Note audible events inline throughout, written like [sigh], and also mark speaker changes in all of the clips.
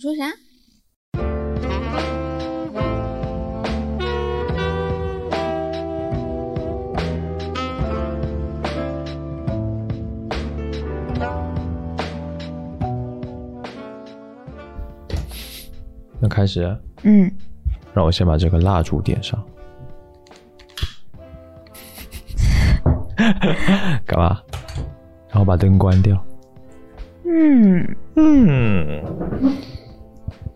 Speaker 1: 你说啥？
Speaker 2: 那开始，
Speaker 1: 嗯，
Speaker 2: 让我先把这个蜡烛点上。 [laughs] 干嘛？然后把灯关掉。
Speaker 1: 嗯，
Speaker 2: 嗯，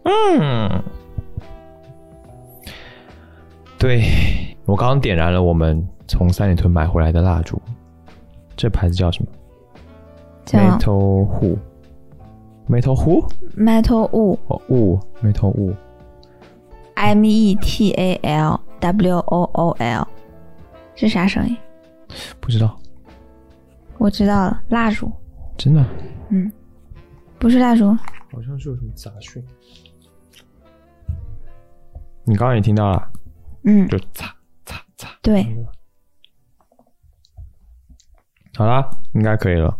Speaker 2: 嗯，对我刚刚点燃了我们从三里屯买回来的蜡烛，这牌子叫什么
Speaker 1: 叫
Speaker 2: ？Metal Who？Metal Who？
Speaker 1: Metal Wu
Speaker 2: 哦，雾，Metal 雾。
Speaker 1: M E T A L W O O L，是啥声音？
Speaker 2: 不知道，
Speaker 1: 我知道了，蜡烛，
Speaker 2: 真的，
Speaker 1: 嗯，不是蜡烛，
Speaker 2: 好像是有什么杂讯。你刚刚也听到了，
Speaker 1: 嗯，
Speaker 2: 就擦擦擦。
Speaker 1: 对，
Speaker 2: 好啦，应该可以了。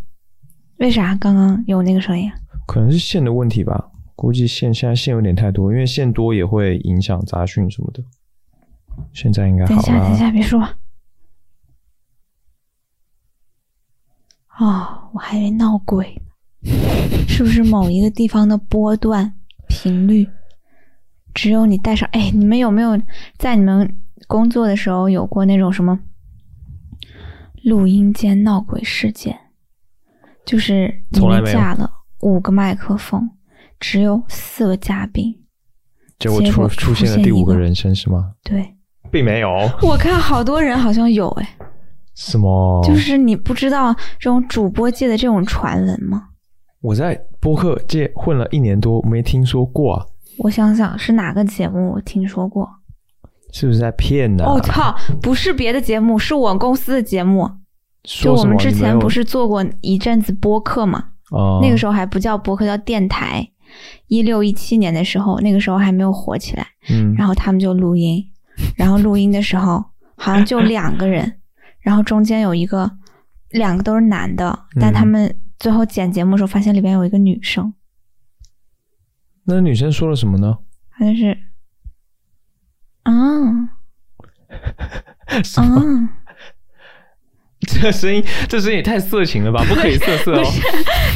Speaker 1: 为啥刚刚有那个声音？啊
Speaker 2: 可能是线的问题吧，估计线现在线有点太多，因为线多也会影响杂讯什么的。现在应哎该好
Speaker 1: 等一下，等一
Speaker 2: 了。
Speaker 1: 下，别说。哦，我还以为闹鬼呢，是不是某一个地方的波段频率，只有你带上？哎，你们有没有在你们工作的时候有过那种什么录音间闹鬼事件？就是你
Speaker 2: 从来
Speaker 1: 们
Speaker 2: 没有
Speaker 1: 架了五个麦克风，只有四个嘉宾，
Speaker 2: 结果
Speaker 1: 结
Speaker 2: 出
Speaker 1: 果
Speaker 2: 出
Speaker 1: 出
Speaker 2: 现了
Speaker 1: 现
Speaker 2: 第
Speaker 1: 一
Speaker 2: 五个
Speaker 1: 个
Speaker 2: 人声是吗？ [laughs]
Speaker 1: 对
Speaker 2: 并没有，
Speaker 1: 我看好多人好像有哎。
Speaker 2: 什么？
Speaker 1: 就是你不知道这种主播界的这种传闻吗？
Speaker 2: 我在播客界混了一年多，没听说过、啊，
Speaker 1: 我想想是哪个节目我听说过？
Speaker 2: 是不是在骗啊呢、
Speaker 1: 我、操，不是别的节目，是我公司的节目。就
Speaker 2: 说
Speaker 1: 我
Speaker 2: 什么
Speaker 1: 们之前不
Speaker 2: 是、
Speaker 1: 是做过一阵子播客嘛？
Speaker 2: 哦
Speaker 1: 那个时候还不叫播客，叫电台。一六一七年的时候，那个时候还没有火起来，
Speaker 2: 嗯，
Speaker 1: 然后他们就录音，然后录音的时候好像就两个
Speaker 2: [laughs]
Speaker 1: 人，然后中间有一个，两个都是男的，但他
Speaker 2: 嗯
Speaker 1: 们最后剪节目的时候发现里边有一个女生。
Speaker 2: 那个女生说了什么呢？
Speaker 1: 他就是，
Speaker 2: [laughs]
Speaker 1: 啊
Speaker 2: 什么？
Speaker 1: 啊，
Speaker 2: [laughs] 这声音，这声音也太色情了吧！不可以色 [laughs] 色哦。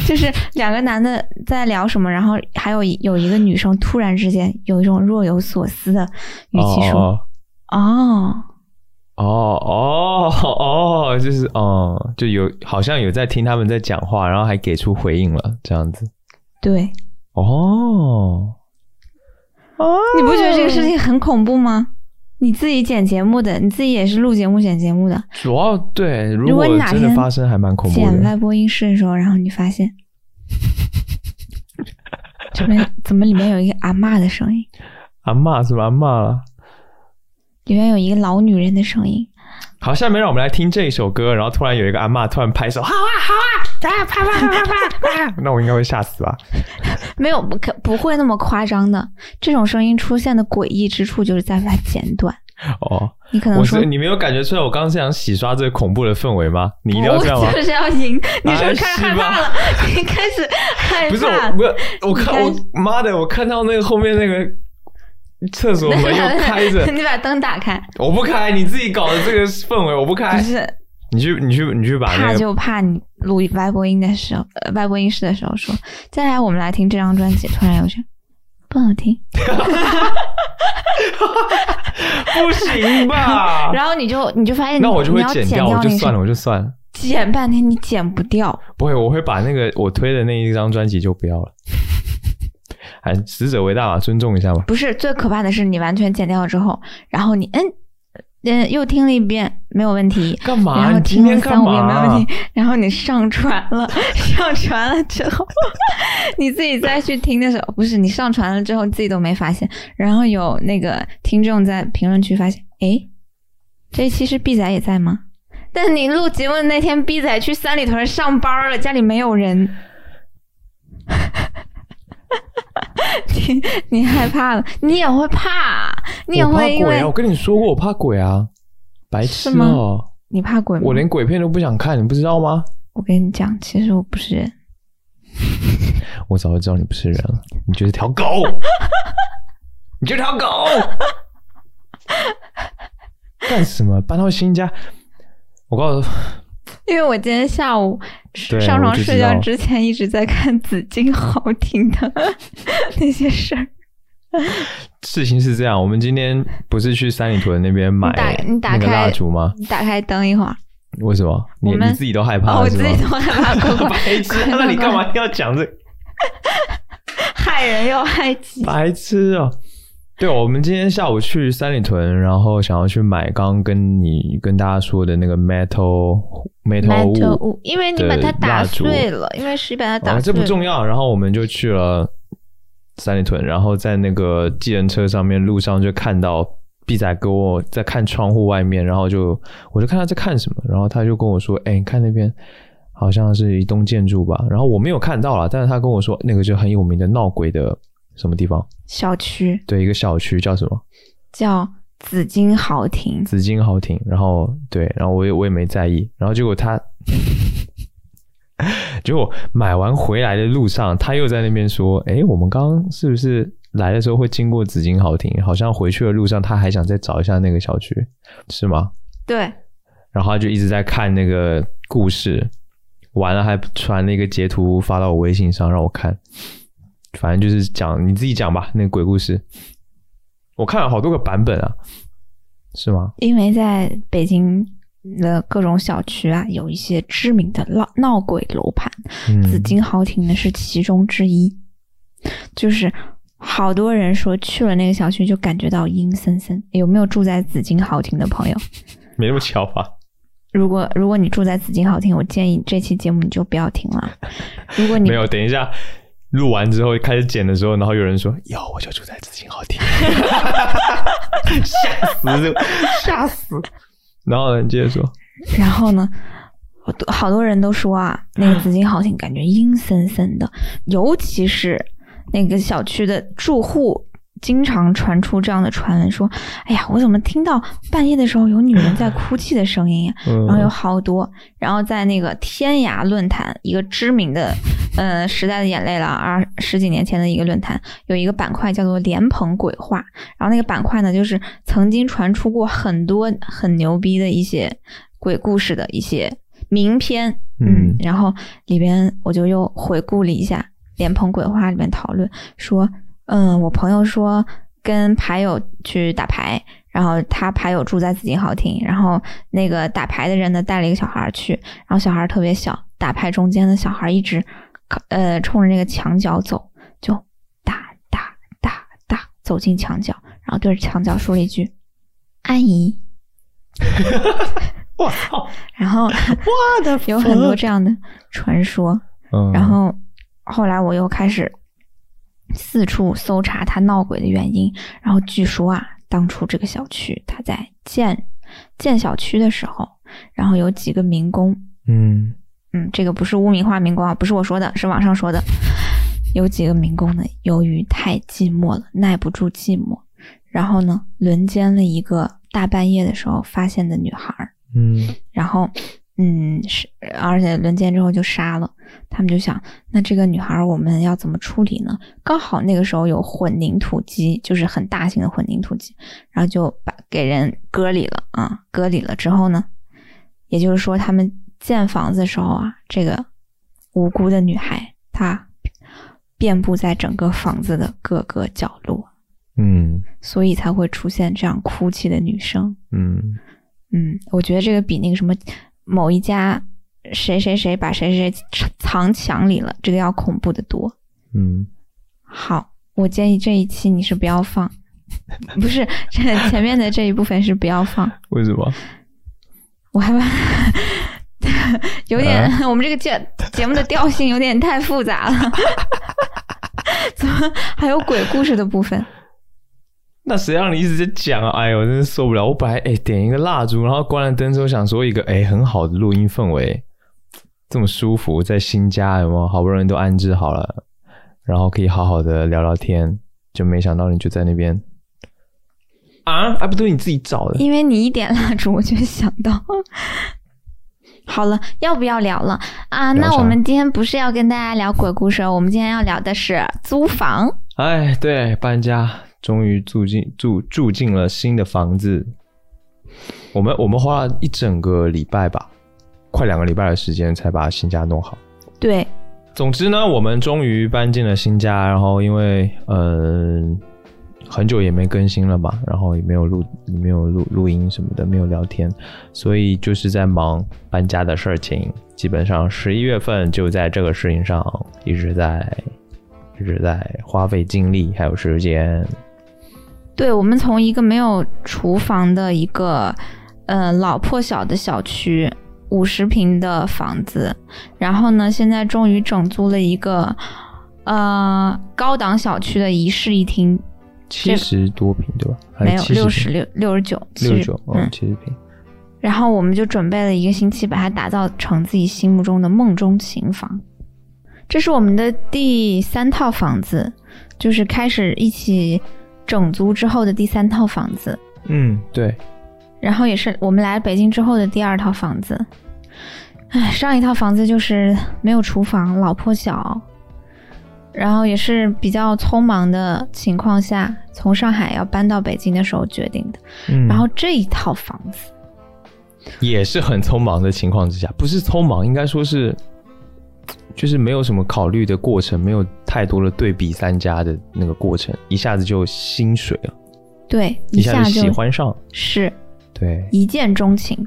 Speaker 1: 就是两个男的在聊什么，然后还有一有一个女生突然之间有一种若有所思的语气说
Speaker 2: 哦：“
Speaker 1: 哦，
Speaker 2: 哦哦哦，就是哦，就有好像有在听他们在讲话，然后还给出回应了，这样子。
Speaker 1: 对，
Speaker 2: 哦哦，
Speaker 1: 你不觉得这个事情很恐怖吗？你自己剪节目的，你自己也是录节目剪节目的，
Speaker 2: 主要对，如
Speaker 1: 如果
Speaker 2: 果
Speaker 1: 你哪
Speaker 2: 真的
Speaker 1: 天
Speaker 2: 发生，还蛮恐怖
Speaker 1: 剪
Speaker 2: 的。
Speaker 1: 外播音室的时候，然后你发
Speaker 2: [laughs]
Speaker 1: 现这边怎么里面有一个阿嬷的声音，
Speaker 2: 阿骂是吧？阿骂了。
Speaker 1: 里面有一个老女人的声音。”
Speaker 2: 好，下面让我们来听这一首歌，然后突然有一个阿嬷突然拍手，好啊好啊，啊啪啪啪啪啪，那我应该会吓死吧？
Speaker 1: 没有不可不会那么夸张的。这种声音出现的诡异之处就是在于它简短。
Speaker 2: 哦，
Speaker 1: 你可能
Speaker 2: 我
Speaker 1: 嗯说
Speaker 2: 是，你没有感觉出来我刚刚是想洗刷这个恐怖的氛围吗？你一定要
Speaker 1: 我
Speaker 2: 这样吗？
Speaker 1: 就是要赢。你
Speaker 2: 哎
Speaker 1: 说你开始害怕了，你开始害
Speaker 2: 不是
Speaker 1: 怕。
Speaker 2: 我，不是我看
Speaker 1: 你，
Speaker 2: 我妈的，我看到那个后面那个厕所门又开着
Speaker 1: [laughs] 你把灯打开。
Speaker 2: 我不开，你自己搞的这个氛围我不
Speaker 1: 不
Speaker 2: 开，
Speaker 1: 是
Speaker 2: 你去你去你去把
Speaker 1: 怕
Speaker 2: 那个
Speaker 1: 就怕你录外播音的时候，呃外播音室的时候说，再来我们来听这张专辑，突然有一句不好听，
Speaker 2: [laughs] 不行
Speaker 1: [laughs] ？
Speaker 2: 吧
Speaker 1: 然后你就你就发现你
Speaker 2: 那我就
Speaker 1: 你
Speaker 2: 会
Speaker 1: 要
Speaker 2: 剪
Speaker 1: 剪
Speaker 2: 掉，我就
Speaker 1: 那
Speaker 2: 算了，
Speaker 1: 个
Speaker 2: 我就算了，
Speaker 1: 剪半天你剪不掉，
Speaker 2: 不会，我会把那个我推的那一张专辑就不要了。 [laughs] 哎，死者为大嘛，尊重一下嘛。
Speaker 1: 不是最可怕的是，你完全剪掉了之后，然后你嗯嗯又听了一遍，没有问题。
Speaker 2: 干
Speaker 1: 然
Speaker 2: 嘛？
Speaker 1: 后
Speaker 2: 你今
Speaker 1: 听
Speaker 2: 天
Speaker 1: 了
Speaker 2: 干
Speaker 1: 三五遍没有
Speaker 2: 嘛
Speaker 1: 问？题，然后你上传了， [laughs] 上传了之后， [laughs] 你自己再去听的时候，不是你上传了之后自己都没发现，然后有那个听众在评论区发现，诶，这一期是 B 仔也在吗？但你录节目的那天，B 仔去三里屯上班了，家里没有人， [laughs] 你你害怕了，你也会怕，你也
Speaker 2: 我怕
Speaker 1: 会因
Speaker 2: 鬼
Speaker 1: 为
Speaker 2: 啊！我跟你说过，我怕鬼啊！白
Speaker 1: 是
Speaker 2: 痴
Speaker 1: 吗
Speaker 2: 哦、
Speaker 1: 你怕鬼吗？
Speaker 2: 我连鬼片都不想看，你不知道吗？
Speaker 1: 我跟你讲，其实我不是人，
Speaker 2: 我早就知道你不是人了，你就是条
Speaker 1: [laughs]
Speaker 2: 狗，你就是条狗，干什么？搬到新家，我告诉
Speaker 1: 因为我今天下午
Speaker 2: 对
Speaker 1: 上
Speaker 2: 我
Speaker 1: 床
Speaker 2: 就
Speaker 1: 睡
Speaker 2: 知道
Speaker 1: 觉之前一直在看紫金豪庭的 [laughs] 那些事儿。
Speaker 2: 事情是这样，我们今天不是去三里屯那边买
Speaker 1: 你打
Speaker 2: 那
Speaker 1: 你打
Speaker 2: 个
Speaker 1: 开
Speaker 2: 蜡烛吗？
Speaker 1: 你打开灯一会儿，
Speaker 2: 为什么？你
Speaker 1: 我们
Speaker 2: 你自己都害怕
Speaker 1: 哦，
Speaker 2: 了
Speaker 1: 我
Speaker 2: 是
Speaker 1: 自
Speaker 2: 吗？
Speaker 1: 己都 [laughs] 害怕，快
Speaker 2: [laughs]
Speaker 1: 快
Speaker 2: 白痴，
Speaker 1: 快
Speaker 2: 那你干嘛要讲这？
Speaker 1: 害人又害
Speaker 2: [laughs]
Speaker 1: 己。
Speaker 2: 白痴哦、对，我们今天下午去三里屯，然后想要去买刚刚跟你跟大家说的那个 metal metal
Speaker 1: 馒头
Speaker 2: 物，
Speaker 1: 屋，因为你把它
Speaker 2: 对
Speaker 1: 打
Speaker 2: 蜡烛
Speaker 1: 碎了，因为石把它打
Speaker 2: 啊，
Speaker 1: 碎
Speaker 2: 这
Speaker 1: 了。
Speaker 2: 不重要。然后我们就去了三里屯，然后在那个计程车上面，路上就看到毕仔跟我在看窗户外面，然后就我就看他在看什么，然后他就跟我说：“哎、你看那边好像是一栋建筑吧？”然后我没有看到了，但是他跟我说那个就很有名的闹鬼的什么地方，
Speaker 1: 小区
Speaker 2: 对，一个小区叫什么
Speaker 1: 叫紫金豪庭，
Speaker 2: 紫金豪庭。然后对，然后我也我也没在意，然后结果他。 [laughs] 结果买完回来的路上，他又在那边说：“哎，我们刚刚是不是来的时候会经过紫金豪庭？好像回去的路上，他还想再找一下那个小区，是吗
Speaker 1: 对，？”
Speaker 2: 然后他就一直在看那个故事，完了还传了一个截图发到我微信上让我看。反正就是讲你自己讲吧，那个鬼故事，我看了好多个版本啊，是吗？
Speaker 1: 因为在北京的各种小区啊，有一些知名的闹闹鬼楼盘，
Speaker 2: 嗯
Speaker 1: 紫金豪庭呢是其中之一。就是好多人说去了那个小区就感觉到阴森森。有没有住在紫金豪庭的朋友？
Speaker 2: 没那么巧吧？ [laughs]
Speaker 1: 如果如果你住在紫金豪庭，我建议这期节目你就不要听了。如果你 [laughs]
Speaker 2: 没有，等一下录完之后开始剪的时候，然后有人说：“哟，我就住在紫金豪庭。”吓 [laughs] 死，吓死！然后人接着说
Speaker 1: 然后呢，好多好多人都说啊，那个紫金豪庭感觉阴森森的，尤其是那个小区的住户。经常传出这样的传闻，说：“哎呀，我怎么听到半夜的时候有女人在哭泣的声音呀、：“啊
Speaker 2: 嗯，
Speaker 1: 然后有好多，然后在那个天涯论坛，一个知名的，呃，时代的眼泪了，二十几年前的一个论坛，有一个板块叫做“莲蓬鬼话”，然后那个板块呢，就是曾经传出过很多很牛逼的一些鬼故事的一些名篇，
Speaker 2: 嗯
Speaker 1: 然后里边我就又回顾了一下《莲蓬鬼话》里面讨论说，嗯，我朋友说跟牌友去打牌，然后他牌友住在紫金豪庭，然后那个打牌的人呢带了一个小孩儿去，然后小孩儿特别小，打牌中间的小孩儿一直呃冲着那个墙角走，就打打打打走进墙角，然后对着墙角说了一句“阿姨
Speaker 2: 我操，”，
Speaker 1: [laughs] 然后
Speaker 2: 我的
Speaker 1: [laughs] 有很多这样的传说。
Speaker 2: 嗯，
Speaker 1: 然后后来我又开始四处搜查他闹鬼的原因，然后据说啊，当初这个小区他在建建小区的时候，然后有几个民工，
Speaker 2: 嗯
Speaker 1: 嗯，这个不是污名化民工啊，不是我说的，是网上说的，有几个民工呢，由于太寂寞了，耐不住寂寞，然后呢，轮奸了一个大半夜的时候发现的女孩儿。
Speaker 2: 嗯
Speaker 1: 然后，嗯，是，而且轮奸之后就杀了。他们就想，那这个女孩儿我们要怎么处理呢？刚好那个时候有混凝土机，就是很大型的混凝土机，然后就把给人割礼了啊，割礼了之后呢，也就是说他们建房子的时候啊，这个无辜的女孩她遍布在整个房子的各个角落，
Speaker 2: 嗯
Speaker 1: 所以才会出现这样哭泣的女生。
Speaker 2: 嗯，
Speaker 1: 嗯，我觉得这个比那个什么某一家谁谁谁把谁谁谁藏藏墙里了，这个要恐怖的多。
Speaker 2: 嗯，
Speaker 1: 好，我建议这一期你是不要放， [laughs] 不是这前面的这一部分是不要放，
Speaker 2: 为什么？
Speaker 1: 我害怕。 [laughs] 有点，我们这个节节目的调性有点太复杂了， [laughs] 怎么还有鬼故事的部分？
Speaker 2: 那谁让你一直在讲啊？哎呦，真是受不了！我本来哎点一个蜡烛，然后关了灯之后，想说一个哎很好的录音氛围，这么舒服，在新家有没有？好不容易都安置好了，然后可以好好的聊聊天，就没想到你就在那边 [laughs] 啊！啊，不对，你自己找的。
Speaker 1: 因为你一点蜡烛，我就想到 [laughs] 好了，要不要聊了啊？
Speaker 2: 聊
Speaker 1: 那
Speaker 2: 啥
Speaker 1: 我们今天不是要跟大家聊鬼故事哦，我们今天要聊的是租房。
Speaker 2: 哎，对，搬家，终于住进住住进了新的房子。我们我们花了一整个礼拜吧，快两个礼拜的时间才把新家弄好。
Speaker 1: 对，
Speaker 2: 总之呢，我们终于搬进了新家，然后因为嗯、很久也没更新了嘛，然后也没有录也没有录录音什么的，没有聊天，所以就是在忙搬家的事情。基本上十一月份就在这个事情上一直在一直在花费精力还有时间。
Speaker 1: 对，我们从一个没有厨房的一个，呃，老破小的小区，五十平的房子，然后呢，现在终于整租了一个，呃，高档小区的一室一厅，
Speaker 2: 七十多哎平对吧？还
Speaker 1: 没有
Speaker 2: 是
Speaker 1: 六
Speaker 2: 70
Speaker 1: 十六六十九，
Speaker 2: 平？六十九，
Speaker 1: 嗯
Speaker 2: 嗯，，七十平。
Speaker 1: 然后我们就准备了一个星期，把它打造成自己心目中的梦中情房。这是我们的第三套房子，就是开始一起整租之后的第三套房子。
Speaker 2: 嗯，对，
Speaker 1: 然后也是我们来北京之后的第二套房子。唉，上一套房子就是没有厨房，老破小，然后也是比较匆忙的情况下，从上海要搬到北京的时候决定的。
Speaker 2: 嗯，
Speaker 1: 然后这一套房子，
Speaker 2: 也是很匆忙的情况之下，不是匆忙，应该说是就是没有什么考虑的过程，没有太多的对比三家的那个过程，一下子就心水了，
Speaker 1: 对，
Speaker 2: 一
Speaker 1: 一
Speaker 2: 下
Speaker 1: 下
Speaker 2: 子喜
Speaker 1: 就
Speaker 2: 欢上，
Speaker 1: 是
Speaker 2: 对，
Speaker 1: 一见钟情。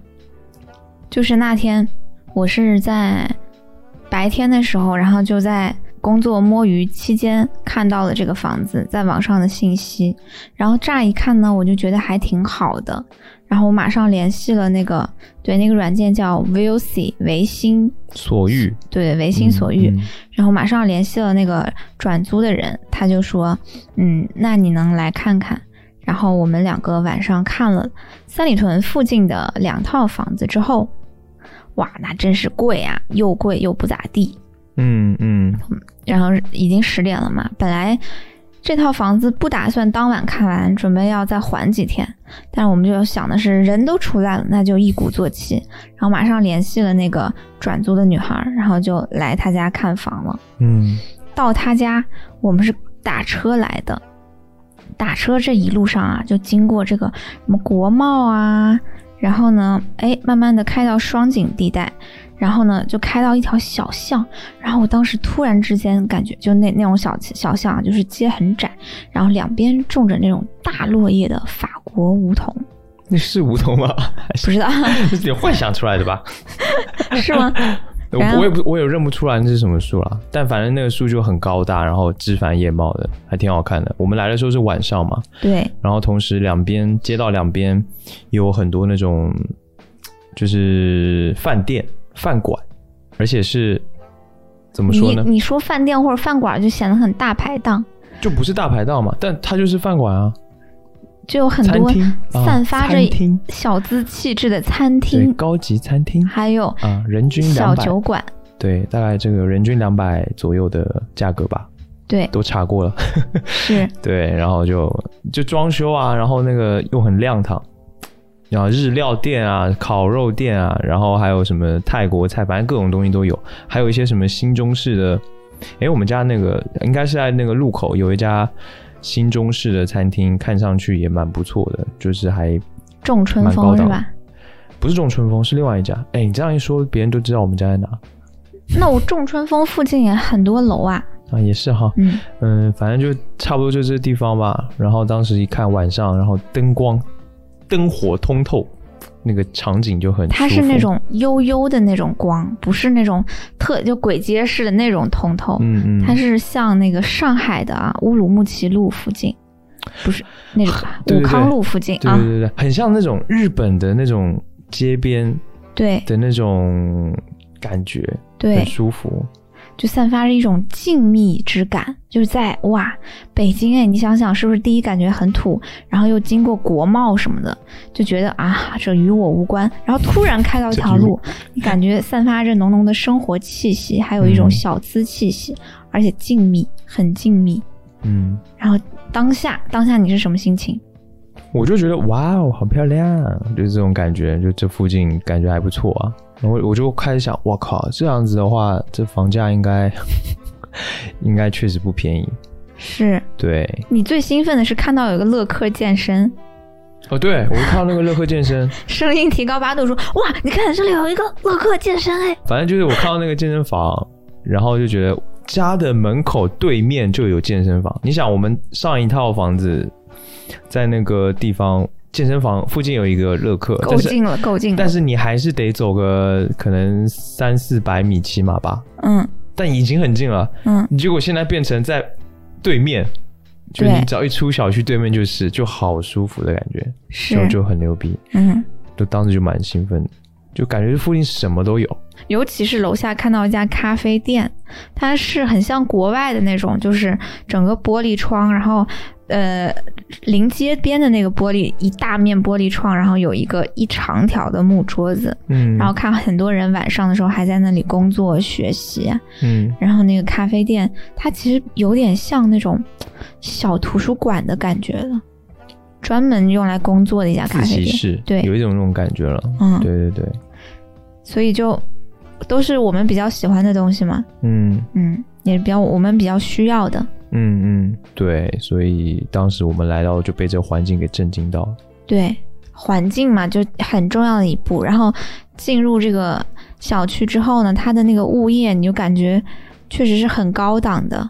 Speaker 1: 就是那天，我是在白天的时候，然后就在工作摸鱼期间看到了这个房子在网上的信息，然后乍一看呢，我就觉得还挺好的，然后我马上联系了那个对那个软件叫 VOC 维星，
Speaker 2: 所欲，
Speaker 1: 对维星所欲，
Speaker 2: 嗯嗯
Speaker 1: 然后马上联系了那个转租的人，他就说，嗯，那你能来看看。然后我们两个晚上看了三里屯附近的两套房子之后，哇，那真是贵啊，又贵又不咋地。
Speaker 2: 嗯嗯
Speaker 1: 然后已经十点了嘛，本来这套房子不打算当晚看完，准备要再缓几天，但是我们就想的是人都出来了，那就一鼓作气，然后马上联系了那个转租的女孩，然后就来她家看房了。
Speaker 2: 嗯，
Speaker 1: 到他家，我们是打车来的。打车这一路上啊，就经过这个什么国贸啊，然后呢，哎，慢慢的开到双井地带，然后呢，就开到一条小巷，然后我当时突然之间感觉，就那那种小小巷啊，就是街很窄，然后两边种着那种大落叶的法国梧桐，
Speaker 2: 那是梧桐吗？
Speaker 1: 不知道
Speaker 2: [laughs] 是你幻想出来的
Speaker 1: [laughs]
Speaker 2: 吧？
Speaker 1: 是吗？
Speaker 2: 我
Speaker 1: 然后
Speaker 2: 我也不我也认不出来那是什么树啦，但反正那个树就很高大，然后枝繁叶茂的，还挺好看的。我们来的时候是晚上嘛，
Speaker 1: 对，
Speaker 2: 然后同时两边街道两边有很多那种就是饭店、饭馆，而且是 [laughs] 怎么说
Speaker 1: 你
Speaker 2: 呢？
Speaker 1: 你说饭店或者饭馆就显得很大排档，
Speaker 2: 就不是大排档嘛，但它就是饭馆啊，
Speaker 1: 就有很
Speaker 2: 餐
Speaker 1: 多
Speaker 2: 厅啊
Speaker 1: 散发着
Speaker 2: 餐厅
Speaker 1: 小资气质的餐
Speaker 2: 对
Speaker 1: 厅，
Speaker 2: 高级餐厅
Speaker 1: 还有
Speaker 2: 啊，人均
Speaker 1: 小
Speaker 2: 两百，
Speaker 1: 酒馆。
Speaker 2: 对，大概这个人均两百左右的价格吧，
Speaker 1: 对，
Speaker 2: 都查过了。
Speaker 1: 是
Speaker 2: 对，然后就就装修啊，然后那个又很亮堂，然后日料店啊、烤肉店啊，然后还有什么泰国菜，反正各种东西都有，还有一些什么新中式的，诶，我们家那个应该是在那个路口有一家新中式的餐厅，看上去也蛮不错的，就是还
Speaker 1: 仲春
Speaker 2: 蛮高
Speaker 1: 风
Speaker 2: 档
Speaker 1: 是吧？
Speaker 2: 不是这种春风，是另外一家。诶，你这样一说，别人都知道我们家在哪
Speaker 1: 那我仲春风附近也很多楼啊。
Speaker 2: 啊，也是哈，
Speaker 1: 嗯，
Speaker 2: 嗯，反正就差不多就这地方吧。然后当时一看晚上，然后灯光、灯火通透，那个场景就很
Speaker 1: 它
Speaker 2: 舒
Speaker 1: 是那
Speaker 2: 服
Speaker 1: 种悠悠的那种光，不是那种特就鬼街式的那种通透，
Speaker 2: 嗯嗯，
Speaker 1: 它是像那个上海的啊乌鲁木齐路附近，不是那种吧
Speaker 2: 对
Speaker 1: 武
Speaker 2: 对对
Speaker 1: 康路附近
Speaker 2: 对
Speaker 1: 啊
Speaker 2: 对，对对，很像那种日本的那种街边
Speaker 1: 对
Speaker 2: 的那种感觉，
Speaker 1: 对
Speaker 2: 很，舒服。
Speaker 1: 就散发着一种静谧之感，就是在哇，北京哎，你想想是不是第一感觉很土，然后又经过国贸什么的，就觉得啊这与我无关，然后突然开到一条路，你感觉散发着浓浓的生活气息，还有一种
Speaker 2: 嗯
Speaker 1: 小资气息，而且静谧，很静谧。
Speaker 2: 嗯，
Speaker 1: 然后当下当下你是什么心情？
Speaker 2: 我就觉得哇哦，好漂亮，就是这种感觉，就这附近感觉还不错啊。然后我就开始想，我靠，这样子的话，这房价应该 [laughs] 应该确实不便宜。
Speaker 1: 是
Speaker 2: 对，
Speaker 1: 你最兴奋的是看到有一个乐客健身，
Speaker 2: 哦，对，我就看到那个乐客
Speaker 1: [laughs]
Speaker 2: 健身，
Speaker 1: 声音提高八度说：“哇，你看这里有一个乐客健身哎，
Speaker 2: 反正就是我看到那个健身房，然后就觉得家的门口对面就有健身房。你想，我们上一套房子在那个地方健身房附近有一个乐客，
Speaker 1: 够
Speaker 2: 呃但是
Speaker 1: 近了，够近了。”
Speaker 2: 但是你还是得走个可能三四百米起码吧，
Speaker 1: 嗯
Speaker 2: 但已经很近了。
Speaker 1: 嗯，
Speaker 2: 结果现在变成在对面，就
Speaker 1: 对
Speaker 2: 你只要一出小区对面就是，就好舒服的感觉，
Speaker 1: 是
Speaker 2: 就就很牛逼，
Speaker 1: 嗯，
Speaker 2: 就当时就蛮兴奋的，就感觉附近什么都有。
Speaker 1: 尤其是楼下看到一家咖啡店，它是很像国外的那种，就是整个玻璃窗，然后呃临街边的那个玻璃一大面玻璃窗，然后有一个一长条的木桌子，
Speaker 2: 嗯，
Speaker 1: 然后看很多人晚上的时候还在那里工作学习，
Speaker 2: 嗯，
Speaker 1: 然后那个咖啡店它其实有点像那种小图书馆的感觉了，专门用来工作的一家咖
Speaker 2: 自
Speaker 1: 啡
Speaker 2: 习
Speaker 1: 店，
Speaker 2: 室，
Speaker 1: 对
Speaker 2: 有一种那种感觉了。
Speaker 1: 嗯，
Speaker 2: 对对对，
Speaker 1: 所以就都是我们比较喜欢的东西嘛。
Speaker 2: 嗯
Speaker 1: 嗯，也比较我们比较需要的。
Speaker 2: 嗯嗯，对，所以当时我们来到就被这环境给震惊到了。
Speaker 1: 对，环境嘛，就很重要的一步。然后进入这个小区之后呢，它的那个物业，你就感觉确实是很高档的，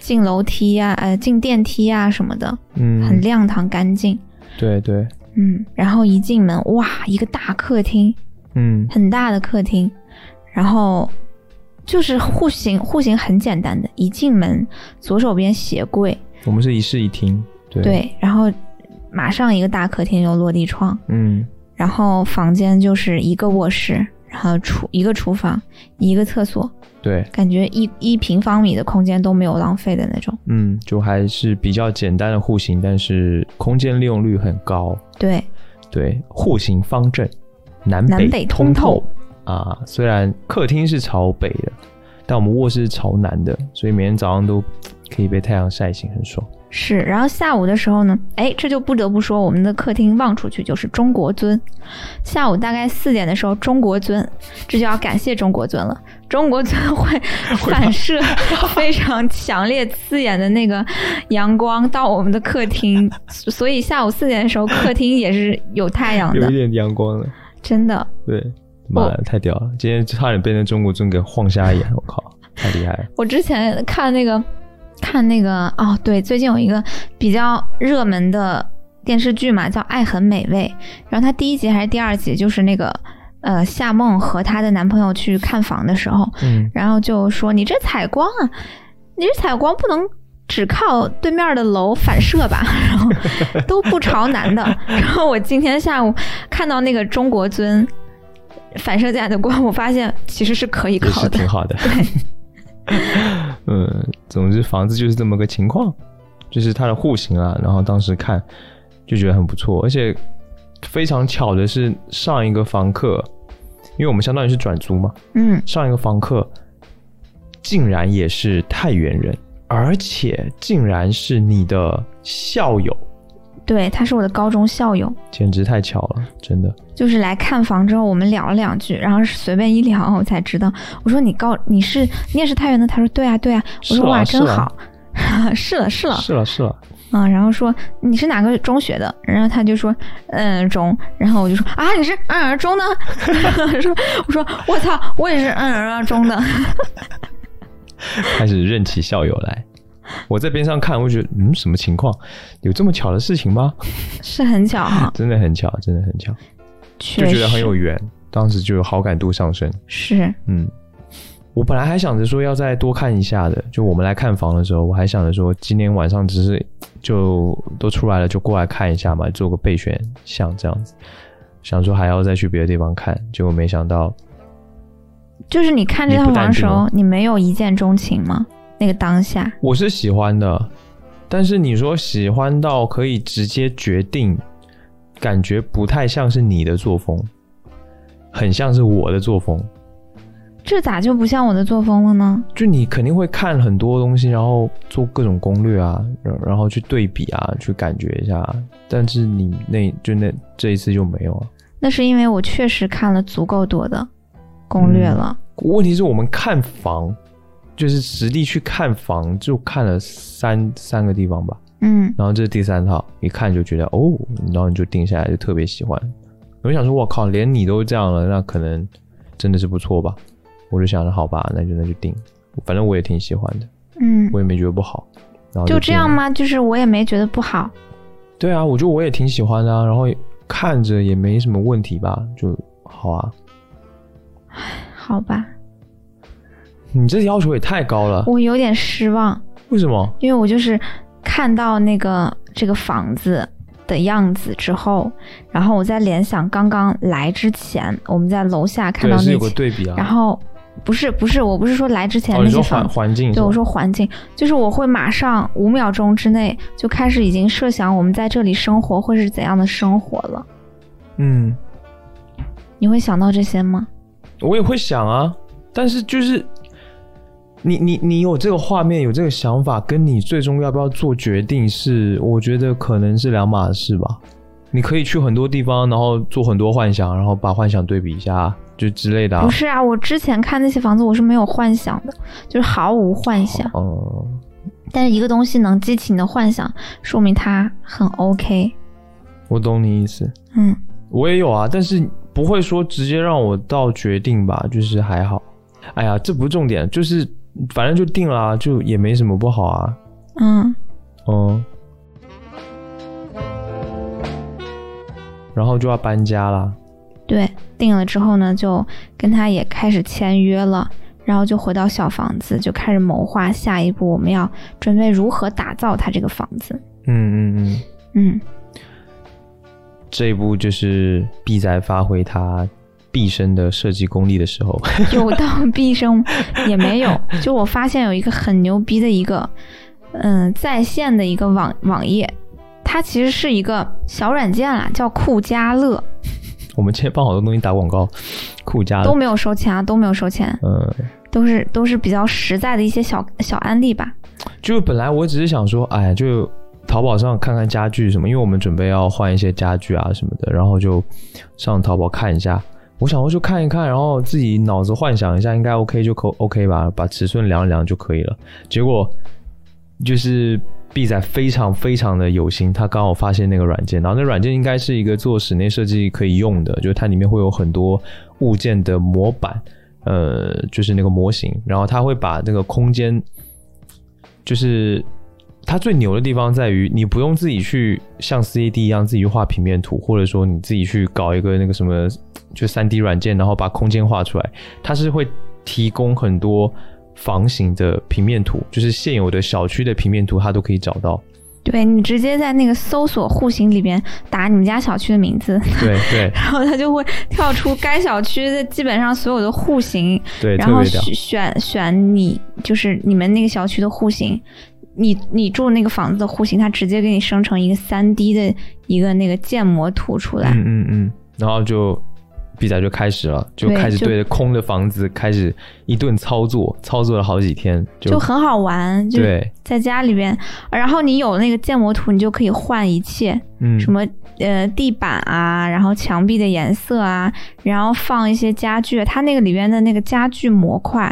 Speaker 1: 进楼梯呀、呃，进电梯呀、什么的，很
Speaker 2: 嗯，
Speaker 1: 亮堂干净。
Speaker 2: 对对，
Speaker 1: 嗯，然后一进门，哇，一个大客厅，
Speaker 2: 嗯
Speaker 1: 很大的客厅，然后就是户型，户型很简单的，一进门左手边鞋柜，
Speaker 2: 我们是一室一厅，对，
Speaker 1: 对，然后马上一个大客厅有落地窗，
Speaker 2: 嗯
Speaker 1: 然后房间就是一个卧室，然后厨一个厨房，一个厕所，
Speaker 2: 对，
Speaker 1: 感觉一一平方米的空间都没有浪费的那种。
Speaker 2: 嗯，就还是比较简单的户型，但是空间利用率很高。
Speaker 1: 对，
Speaker 2: 对，户型方正，南
Speaker 1: 南北通
Speaker 2: 透
Speaker 1: 透
Speaker 2: 啊。虽然客厅是朝北的，但我们卧室是朝南的，所以每天早上都可以被太阳晒醒，很爽。
Speaker 1: 是。然后下午的时候呢，哎，这就不得不说，我们的客厅望出去就是中国尊。下午大概四点的时候，中国尊，这就要感谢中国尊了。中国尊会反射非常强烈、刺眼的那个阳光到我们的客厅，所以下午四点的时候，客厅也是有太阳的，
Speaker 2: 点阳光了，
Speaker 1: 真的。
Speaker 2: 对，妈的太屌了！今天差点被那中国尊给晃瞎眼，我靠，太厉害了。
Speaker 1: 我之前看那个，看那个哦，对，最近有一个比较热门的电视剧嘛，叫《爱很美味》，然后它第一集还是第二集，就是那个呃夏梦和她的男朋友去看房的时候，
Speaker 2: 嗯
Speaker 1: 然后就说你这采光啊，你这采光不能。只靠对面的楼反射吧， [laughs] 然后都不朝南的。 [laughs] 然后我今天下午看到那个中国尊反射下的光，我发现其实是可以
Speaker 2: 也
Speaker 1: 靠
Speaker 2: 是
Speaker 1: 的
Speaker 2: 挺。好
Speaker 1: [laughs]
Speaker 2: 的。嗯，总之房子就是这么个情况，就是它的户型啊，然后当时看就觉得很不错，而且非常巧的是，上一个房客，因为我们相当于是转租嘛，
Speaker 1: 嗯，
Speaker 2: 上一个房客竟然也是太原人，而且竟然是你的校友，
Speaker 1: 对，他是我的高中校友，
Speaker 2: 简直太巧了，真的。
Speaker 1: 就是来看房之后，我们聊了两句，然后是随便一聊，我才知道，我说你高你是你也是太原的，他说对啊对啊，我
Speaker 2: 是
Speaker 1: 说
Speaker 2: 啊
Speaker 1: 哇
Speaker 2: 是
Speaker 1: 真
Speaker 2: 啊
Speaker 1: 好， [laughs] 是了是了，啊
Speaker 2: 是了是了，啊
Speaker 1: 嗯，然后说你是哪个中学的，然后他就说嗯中，然后我就说啊你是嗯儿中的，说 [laughs] 我说我操我也是嗯儿中的， [laughs]
Speaker 2: 开始认起校友来。我在边上看，我就觉得嗯，什么情况？有这么巧的事情吗？
Speaker 1: 是很巧哈，
Speaker 2: 真的很巧，真的很巧， [laughs] 就
Speaker 1: 确
Speaker 2: 觉得很有
Speaker 1: 实
Speaker 2: 缘，当时就有好感度上升。
Speaker 1: 是
Speaker 2: 嗯，我本来还想着说要再多看一下的，就我们来看房的时候，我还想着说今天晚上只是就都出来了，就过来看一下嘛，做个备选项这样子。想说还要再去别的地方看，结果没想到，
Speaker 1: 就是你看这
Speaker 2: 你
Speaker 1: 套房
Speaker 2: 不淡
Speaker 1: 的时
Speaker 2: 定
Speaker 1: 候
Speaker 2: 吗，
Speaker 1: 你没有一见钟情吗？那个当下，
Speaker 2: 我是喜欢的，但是你说喜欢到可以直接决定，感觉不太像是你的作风，很像是我的作风。
Speaker 1: 这咋就不像我的作风了呢？
Speaker 2: 就你肯定会看很多东西，然后做各种攻略啊，然然后去对比啊，去感觉一下啊。但是你那就那这一次就没有啊。
Speaker 1: 那是因为我确实看了足够多的，攻
Speaker 2: 嗯
Speaker 1: 略了。
Speaker 2: 问题是我们看房，就是实地去看房，就看了三三个地方吧。
Speaker 1: 嗯
Speaker 2: 然后这是第三套，一看就觉得哦，然后你就定下来，就特别喜欢。我就想说，我靠，连你都这样了，那可能真的是不错吧？我就想着，好吧，那就那就定，反正我也挺喜欢的，
Speaker 1: 嗯，
Speaker 2: 我也没觉得不好。然后
Speaker 1: 就
Speaker 2: 就
Speaker 1: 这样
Speaker 2: 定了？
Speaker 1: 吗？就是我也没觉得不好。
Speaker 2: 对啊，我觉得我也挺喜欢的、啊，然后看着也没什么问题吧，就好啊。
Speaker 1: 好吧，
Speaker 2: 你这要求也太高了，
Speaker 1: 我有点失望，
Speaker 2: 为什么？
Speaker 1: 因为我就是看到那个这个房子的样子之后，然后我在联想刚刚来之前，我们在楼下看
Speaker 2: 对，
Speaker 1: 到
Speaker 2: 是
Speaker 1: 那
Speaker 2: 有个
Speaker 1: 些，
Speaker 2: 对比啊。
Speaker 1: 然后不是不是，我不是说来之前
Speaker 2: 哦，
Speaker 1: 那
Speaker 2: 你
Speaker 1: 些
Speaker 2: 说
Speaker 1: 房
Speaker 2: 环
Speaker 1: 子。
Speaker 2: 环境是
Speaker 1: 对，
Speaker 2: 吧？
Speaker 1: 我说环境，就是我会马上五秒钟之内就开始已经设想我们在这里生活会是怎样的生活了。
Speaker 2: 嗯，
Speaker 1: 你会想到这些吗？
Speaker 2: 我也会想啊，但是就是你你你有这个画面，有这个想法，跟你最终要不要做决定是，我觉得可能是两码事吧。你可以去很多地方，然后做很多幻想，然后把幻想对比一下，就之类的、啊
Speaker 1: 不。是啊，我之前看那些房子，我是没有幻想的，就是毫无幻想。
Speaker 2: 哦、
Speaker 1: 但是一个东西能激起你的幻想，说明它很 OK。
Speaker 2: 我懂你意思，
Speaker 1: 嗯，
Speaker 2: 我也有啊，但是不会说直接让我到决定吧，就是还好。哎呀，这不是重点，就是反正就定了、啊，就也没什么不好啊。
Speaker 1: 嗯，
Speaker 2: 嗯，然后就要搬家啦。
Speaker 1: 对，定了之后呢，就跟他也开始签约了，然后就回到小房子，就开始谋划下一步我们要准备如何打造他这个房子。
Speaker 2: 嗯嗯嗯，
Speaker 1: 嗯，
Speaker 2: 这一步就是毕仔发挥他毕生的设计功力的时候。 [laughs]
Speaker 1: 有到毕生也没有。就我发现有一个很牛逼的一个，嗯，在线的一个网网页，它其实是一个小软件啦，叫酷家乐，
Speaker 2: 我们今天帮好多东西打广告， [laughs] 酷家
Speaker 1: 都
Speaker 2: 的。
Speaker 1: 没有收钱啊，都没有收钱，
Speaker 2: 嗯，
Speaker 1: 都是都是比较实在的一些小小案例吧。
Speaker 2: 就本来我只是想说，哎呀，就淘宝上看看家具什么，因为我们准备要换一些家具啊什么的，然后就上淘宝看一下。我想说就看一看，然后自己脑子幻想一下，应该 OK 就可 OK 吧，把尺寸量一量就可以了。结果就是毕仔非常非常的有心，他刚好发现那个软件，然后那软件应该是一个做室内设计可以用的，就是它里面会有很多物件的模板，呃，就是那个模型，然后它会把那个空间，就是它最牛的地方在于，你不用自己去像 CAD 一样自己去画平面图，或者说你自己去搞一个那个什么，就 3D 软件，然后把空间画出来，它是会提供很多房型的平面图，就是现有的小区的平面图，它都可以找到。
Speaker 1: 对你直接在那个搜索户型里边打你们家小区的名字， [laughs]
Speaker 2: 对对
Speaker 1: 然后它就会跳出该小区的基本上所有的户型，
Speaker 2: 对，
Speaker 1: 然
Speaker 2: 特
Speaker 1: 后
Speaker 2: 别屌。
Speaker 1: 选选选你就是你们那个小区的户型，你你住那个房子的户型，它直接给你生成一个三 D 的一个那个建模图出来。
Speaker 2: 嗯嗯嗯，然后就比赛就开始了，就
Speaker 1: 对
Speaker 2: 开始
Speaker 1: 就
Speaker 2: 对着空的房子开始一顿操作，操作了好几天，就
Speaker 1: 就很好玩，就
Speaker 2: 对，
Speaker 1: 在家里边，然后你有那个建模图，你就可以换一切，
Speaker 2: 嗯，
Speaker 1: 什么呃地板啊，然后墙壁的颜色啊，然后放一些家具，它那个里边的那个家具模块，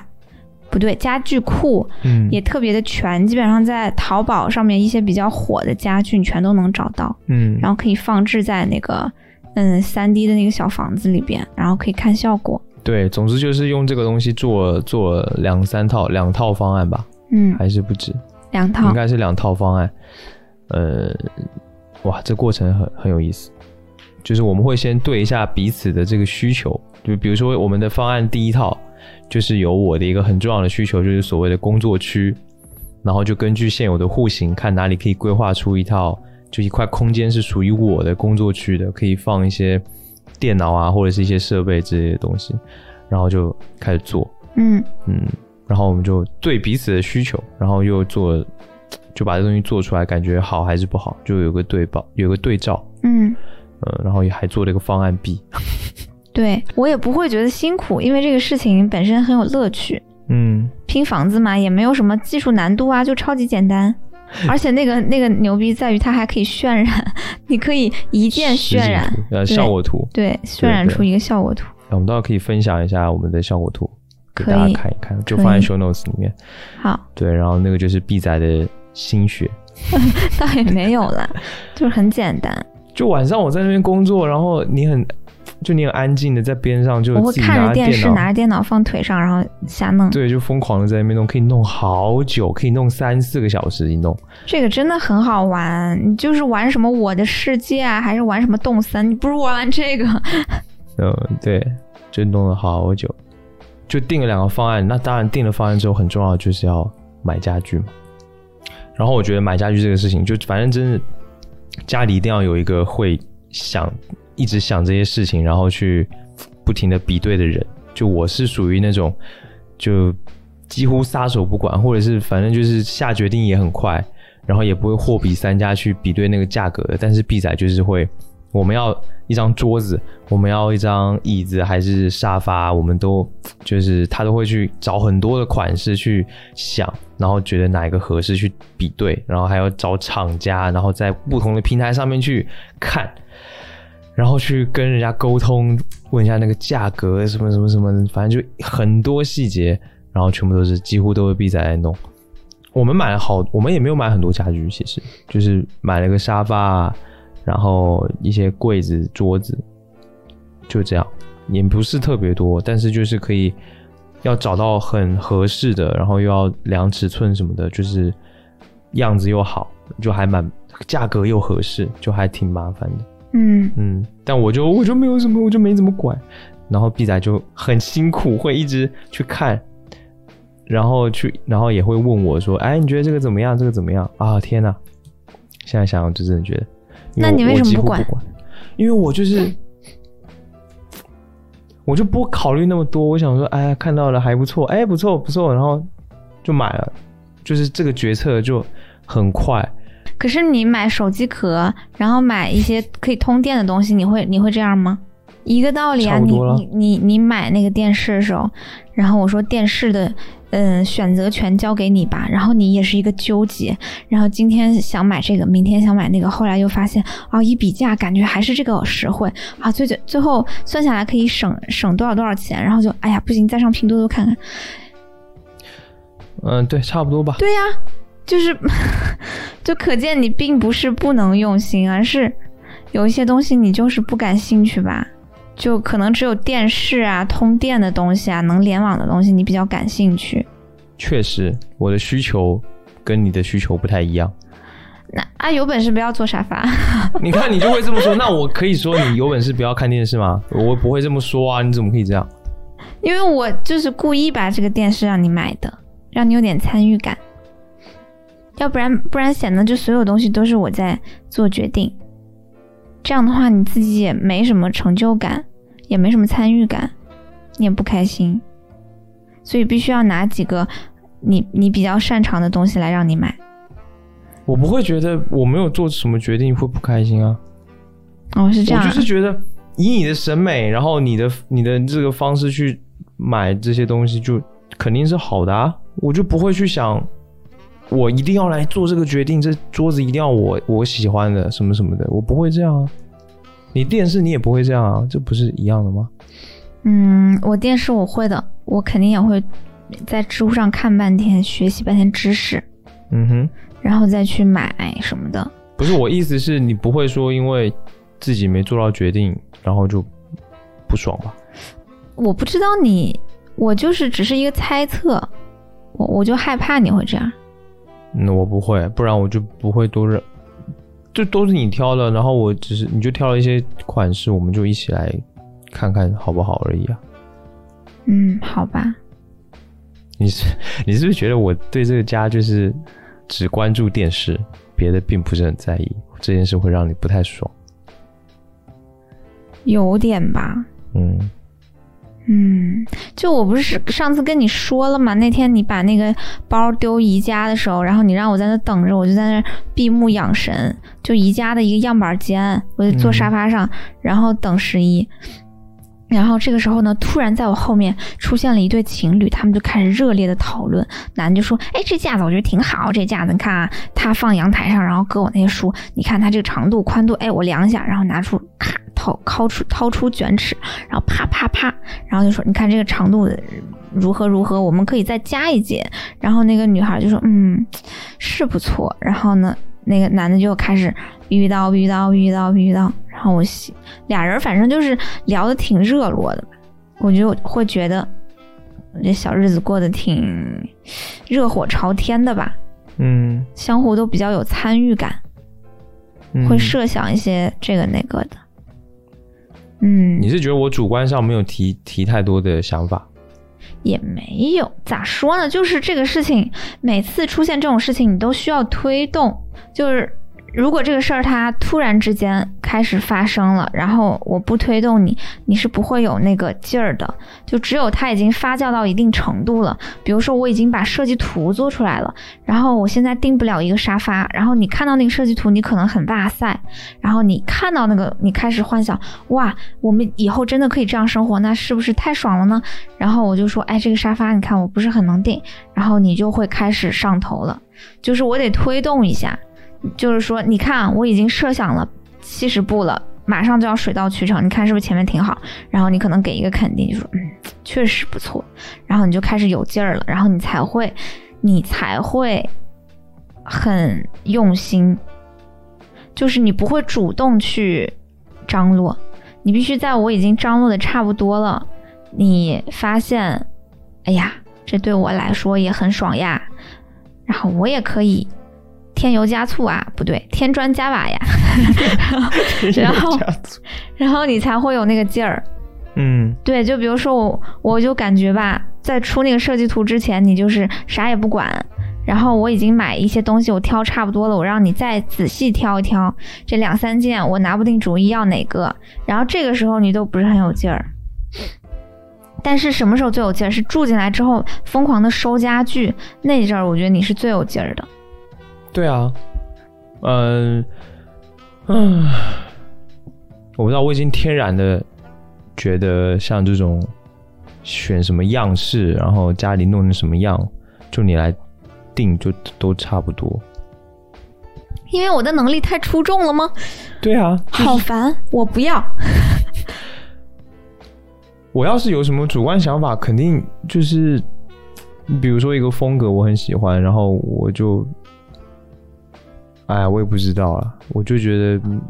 Speaker 1: 不对，家具库
Speaker 2: 嗯
Speaker 1: 也特别的全，基本上在淘宝上面一些比较火的家具你全都能找到，
Speaker 2: 嗯
Speaker 1: 然后可以放置在那个嗯三 D 的那个小房子里边，然后可以看效果，
Speaker 2: 对，总之就是用这个东西做做两三套两套方案吧，
Speaker 1: 嗯，
Speaker 2: 还是不止，
Speaker 1: 两
Speaker 2: 应
Speaker 1: 套，
Speaker 2: 该是两套方案。呃，哇，这过程很很有意思，就是我们会先对一下彼此的这个需求，就比如说我们的方案第一套就是有我的一个很重要的需求，就是所谓的工作区，然后就根据现有的户型，看哪里可以规划出一套，就一块空间是属于我的工作区的，可以放一些电脑啊或者是一些设备之类的东西，然后就开始做。
Speaker 1: 嗯
Speaker 2: 嗯，然后我们就对彼此的需求，然后又做，就把这东西做出来，感觉好还是不好，就有个对报，有个对照，
Speaker 1: 嗯。
Speaker 2: 呃，然后也还做了一个方案 B，
Speaker 1: 对我也不会觉得辛苦，因为这个事情本身很有乐趣。
Speaker 2: 嗯，
Speaker 1: 拼房子嘛，也没有什么技术难度啊，就超级简
Speaker 2: [laughs]
Speaker 1: 单。而且那个那个牛逼在于它还可以渲染，你可以一键 [laughs]
Speaker 2: 实
Speaker 1: 渲
Speaker 2: 景
Speaker 1: 染，
Speaker 2: 图呃
Speaker 1: 对
Speaker 2: 效果图，
Speaker 1: 对，渲
Speaker 2: 对
Speaker 1: 染
Speaker 2: 对
Speaker 1: 出一个效果图。
Speaker 2: 我们到时候可以分享一下我们的效果图给
Speaker 1: 可
Speaker 2: 大家
Speaker 1: 以
Speaker 2: 看一看，就
Speaker 1: 可
Speaker 2: 放在
Speaker 1: 以
Speaker 2: show notes 里面。
Speaker 1: 好，
Speaker 2: 对，然后那个就是毕仔的心血。
Speaker 1: 倒也没有
Speaker 2: [laughs]
Speaker 1: 啦，就是很简单。
Speaker 2: 就晚上我在那边工作，然后你很就你很安静的在边上就
Speaker 1: 我会
Speaker 2: 自己
Speaker 1: 看着
Speaker 2: 拿
Speaker 1: 电视，
Speaker 2: 脑，
Speaker 1: 拿着电脑放腿上，然后瞎弄。
Speaker 2: 对，就疯狂的在那边弄，可以弄好久，可以弄三四个小时一弄。
Speaker 1: 这个真的很好玩，你就是玩什么我的世界啊，还是玩什么动森？你不如玩玩这个。
Speaker 2: 嗯，对，就弄了好久，就定了两个方案。那当然定了方案之后，很重要的就是要买家具嘛。然后我觉得买家具这个事情，就反正真的家里一定要有一个会想一直想这些事情，然后去不停的比对的人。就我是属于那种就几乎撒手不管，或者是反正就是下决定也很快，然后也不会货比三家去比对那个价格的。但是 B 仔就是会，我们要一张桌子，我们要一张椅子还是沙发，我们都就是他都会去找很多的款式去想，然后觉得哪一个合适去比对，然后还要找厂家，然后在不同的平台上面去看。然后去跟人家沟通，问一下那个价格什么什么什么的，反正就很多细节，然后全部都是几乎都是 B 仔在弄。我们买了好，我们也没有买很多家具，其实就是买了个沙发，然后一些柜子、桌子，就这样，也不是特别多，但是就是可以要找到很合适的，然后又要量尺寸什么的，就是样子又好，就还蛮价格又合适，就还挺麻烦的。
Speaker 1: 嗯，
Speaker 2: 嗯，但我就我就没有什么，我就没怎么管。然后 B 仔就很辛苦，会一直去看，然后去，然后也会问我说：“哎，你觉得这个怎么样？这个怎么样？”啊，天哪！现在想，我就真的觉得，因
Speaker 1: 那你
Speaker 2: 我
Speaker 1: 为什么
Speaker 2: 我几乎
Speaker 1: 不
Speaker 2: 不
Speaker 1: 管
Speaker 2: 因为我就是，我就不考虑那么多。我想说，哎，看到了还不错，哎，不错不错，然后就买了，就是这个决策就很快。
Speaker 1: 可是你买手机壳，然后买一些可以通电的东西，你会你会这样吗？一个道理啊，
Speaker 2: 差不
Speaker 1: 你
Speaker 2: 多了
Speaker 1: 你你你买那个电视的时候，然后我说电视的，嗯，选择权交给你吧，然后你也是一个纠结，然后今天想买这个，明天想买那个，后来又发现哦，一比价感觉还是这个实惠啊，最最最后算下来可以省省多少多少钱，然后就哎呀不行，再上拼多多看看，
Speaker 2: 嗯，对，差不多吧。
Speaker 1: 对呀、就是 [laughs] 就可见你并不是不能用心，而是有一些东西你就是不感兴趣吧。就可能只有电视啊、通电的东西啊、能联网的东西，你比较感兴趣。
Speaker 2: 确实，我的需求跟你的需求不太一
Speaker 1: [laughs]
Speaker 2: 样。
Speaker 1: 那啊，有本事不要坐沙发。
Speaker 2: 你看，你就会这么说。那我可以说你有本事不要看电视吗？我不会这么说啊！你怎么可以这样？
Speaker 1: 因为我就是故意把这个电视让你买的，让你有点参与感，要不然不然显得就所有东西都是我在做决定，这样的话你自己也没什么成就感，也没什么参与感，你也不开心，所以必须要拿几个你你比较擅长的东西来让你买。
Speaker 2: 我不会觉得我没有做什么决定会不开心啊。
Speaker 1: 哦，是这样
Speaker 2: 我
Speaker 1: 啊、
Speaker 2: 就是觉得以你的审美，然后你的你的这个方式去买这些东西，就肯定是好的啊。我就不会去想，我一定要来做这个决定，这桌子一定要我我喜欢的什么什么的，我不会这样啊。你电视你也不会这样啊，这不是一样的吗？
Speaker 1: 嗯，我电视我会的，我肯定也会在知乎上看半天，学习半天知识，
Speaker 2: 嗯哼。
Speaker 1: 然后再去买什么的。
Speaker 2: 不是我意思是你不会说因为自己没做到决定，然后就不爽吧？
Speaker 1: 我不知道你，我就是只是一个猜测，我我就害怕你会这样。
Speaker 2: 嗯，我不会，不然我就不会多认，就都是你挑的，然后我只是你就挑了一些款式，我们就一起来看看好不好而已啊。
Speaker 1: 嗯，好吧，
Speaker 2: 你是你是不是觉得我对这个家就是只关注电视，别的并不是很在意？这件事会让你不太爽。
Speaker 1: 有点吧。
Speaker 2: 嗯，
Speaker 1: 嗯，就我不是上次跟你说了嘛，那天你把那个包丢宜家的时候，然后你让我在那等着，我就在那闭目养神，就宜家的一个样板间，我就坐沙发上，然后等十一。然后这个时候呢，突然在我后面出现了一对情侣，他们就开始热烈的讨论。男的就说：“哎，这架子我觉得挺好，这架子你看啊，它放阳台上，然后搁我那些书，你看它这个长度、宽度，哎，我量一下，然后拿出咔掏掏出掏出卷尺，然后啪啪啪，然后就说你看这个长度的如何如何，我们可以再加一节。然后那个女孩就说嗯是不错，然后呢那个男的就开始絮絮叨絮絮叨絮絮叨絮絮叨，然后我心俩人反正就是聊的挺热络的，我就会觉得这小日子过得挺热火朝天的吧，
Speaker 2: 嗯，
Speaker 1: 相互都比较有参与感。
Speaker 2: 嗯
Speaker 1: 会设想一些这个那个的。嗯，
Speaker 2: 你是觉得我主观上没有提提太多的想法？
Speaker 1: 也没有咋说呢，就是这个事情，每次出现这种事情，你都需要推动。就是如果这个事儿它突然之间开始发生了，然后我不推动你，你是不会有那个劲儿的。就只有它已经发酵到一定程度了，比如说我已经把设计图做出来了，然后我现在定不了一个沙发，然后你看到那个设计图，你可能很哇塞，然后你看到那个，你开始幻想，哇，我们以后真的可以这样生活，那是不是太爽了呢？然后我就说，哎，这个沙发你看我不是很能定，然后你就会开始上头了，就是我得推动一下，就是说，你看啊我已经设想了七十步了。马上就要水到渠成，你看是不是前面挺好？然后你可能给一个肯定，就说嗯，确实不错，然后你就开始有劲儿了，然后你才会，你才会很用心，就是你不会主动去张罗，你必须在我已经张罗的差不多了，你发现，哎呀，这对我来说也很爽呀，然后我也可以添油加醋啊，不对，添砖加瓦呀， [laughs] [laughs] 然后
Speaker 2: 这样子
Speaker 1: 然后你才会有那个劲儿。
Speaker 2: 嗯
Speaker 1: 对，就比如说我，我就感觉吧，在出那个设计图之前，你就是啥也不管。然后我已经买一些东西，我挑差不多了，我让你再仔细挑一挑这两三件，我拿不定主意要哪个。然后这个时候你都不是很有劲儿。但是什么时候最有劲儿？是住进来之后疯狂的收家具那一阵儿，我觉得你是最有劲儿的。
Speaker 2: 对啊，嗯、嗯，我不知道，我已经天然的觉得像这种选什么样式，然后家里弄成什么样，就你来定，就都差不多。
Speaker 1: 因为我的能力太出众了吗？
Speaker 2: 对啊，
Speaker 1: 好烦，我不要。
Speaker 2: 我要是有什么主观想法，肯定就是，比如说一个风格我很喜欢，然后我就，哎呀，我也不知道了，我就觉得，嗯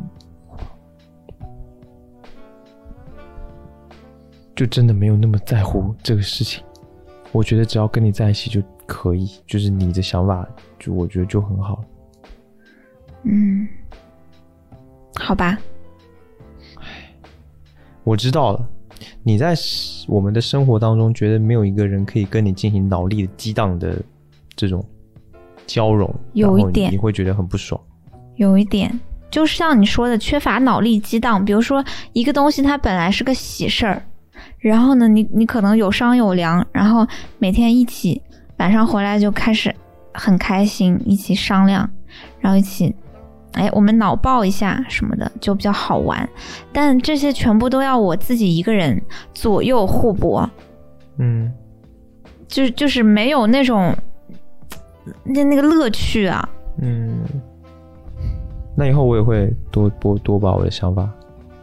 Speaker 2: 就真的没有那么在乎这个事情。我觉得只要跟你在一起就可以，就是你的想法，就我觉得就很好了。
Speaker 1: 嗯，好吧。
Speaker 2: 我知道了，你在我们的生活当中，觉得没有一个人可以跟你进行脑力的激荡的这种交融，
Speaker 1: 有一
Speaker 2: 然后
Speaker 1: 点
Speaker 2: 你会觉得很不爽。
Speaker 1: 有一点，就是像你说的，缺乏脑力激荡。比如说，一个东西它本来是个喜事儿，然后呢，你你可能有商有量，然后每天一起晚上回来就开始很开心，一起商量，然后一起，哎，我们脑爆一下什么的，就比较好玩。但这些全部都要我自己一个人左右互搏，
Speaker 2: 嗯，
Speaker 1: 就是就是没有那种那那个乐趣啊。
Speaker 2: 嗯，那以后我也会多多多把我的想法，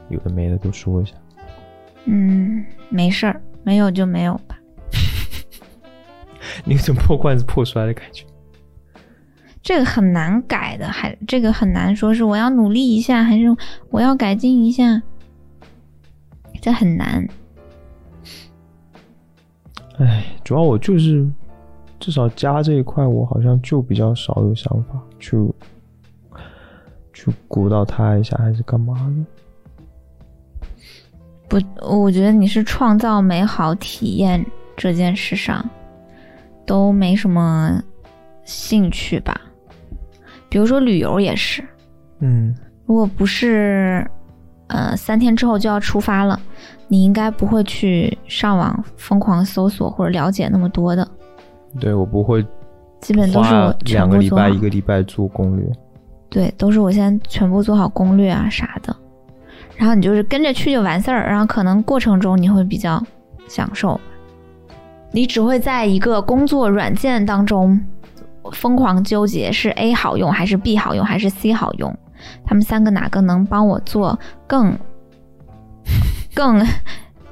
Speaker 2: 有的没的都说一下。
Speaker 1: 嗯，没事儿，没有就没有吧。
Speaker 2: [laughs] 你有种破罐子破摔的感觉。
Speaker 1: 这个很难改的，还这个很难说是我要努力一下，还是我要改进一下，这很难。
Speaker 2: 唉，主要我就是，至少家这一块，我好像就比较少有想法去去鼓捣他一下，还是干嘛的。
Speaker 1: 不，我觉得你是创造美好体验这件事上都没什么兴趣吧？比如说旅游也是，
Speaker 2: 嗯。
Speaker 1: 如果不是呃三天之后就要出发了，你应该不会去上网疯狂搜索或者了解那么多的，
Speaker 2: 对我不会
Speaker 1: 基本都是
Speaker 2: 花
Speaker 1: 我全
Speaker 2: 两个
Speaker 1: 部
Speaker 2: 礼
Speaker 1: 做
Speaker 2: 拜
Speaker 1: 好。
Speaker 2: 一个礼拜做攻略。
Speaker 1: 对，都是我先全部做好攻略啊啥的，然后你就是跟着去就完事儿，然后可能过程中你会比较享受，你只会在一个工作软件当中疯狂纠结是 A 好用还是 B 好用还是 C 好用，他们三个哪个能帮我做更更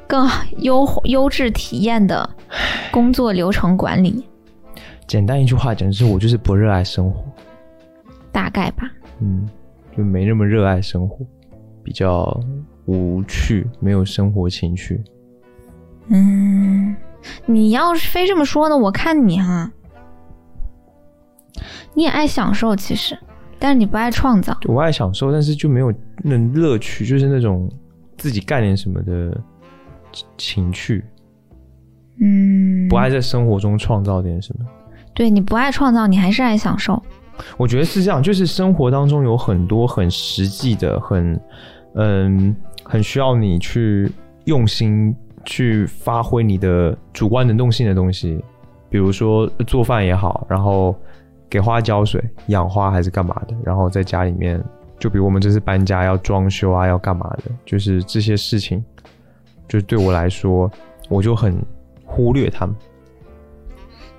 Speaker 1: 更优优质体验的工作流程管理，
Speaker 2: 简单一句话讲，就是我就是不热爱生活，
Speaker 1: 大概吧。
Speaker 2: 嗯，就没那么热爱生活，比较无趣，没有生活情趣。
Speaker 1: 嗯，你要是非这么说呢，我看你哈，你也爱享受其实，但是你不爱创造。
Speaker 2: 我爱享受，但是就没有那种乐趣，就是那种自己干点什么的情趣，
Speaker 1: 嗯，
Speaker 2: 不爱在生活中创造点什么。
Speaker 1: 对你不爱创造，你还是爱享受。
Speaker 2: 我觉得是这样，就是生活当中有很多很实际的、很嗯、很需要你去用心去发挥你的主观能动性的东西，比如说做饭也好，然后给花浇水、养花还是干嘛的，然后在家里面，就比如我们这次搬家要装修啊，要干嘛的，就是这些事情，就对我来说，我就很忽略他们。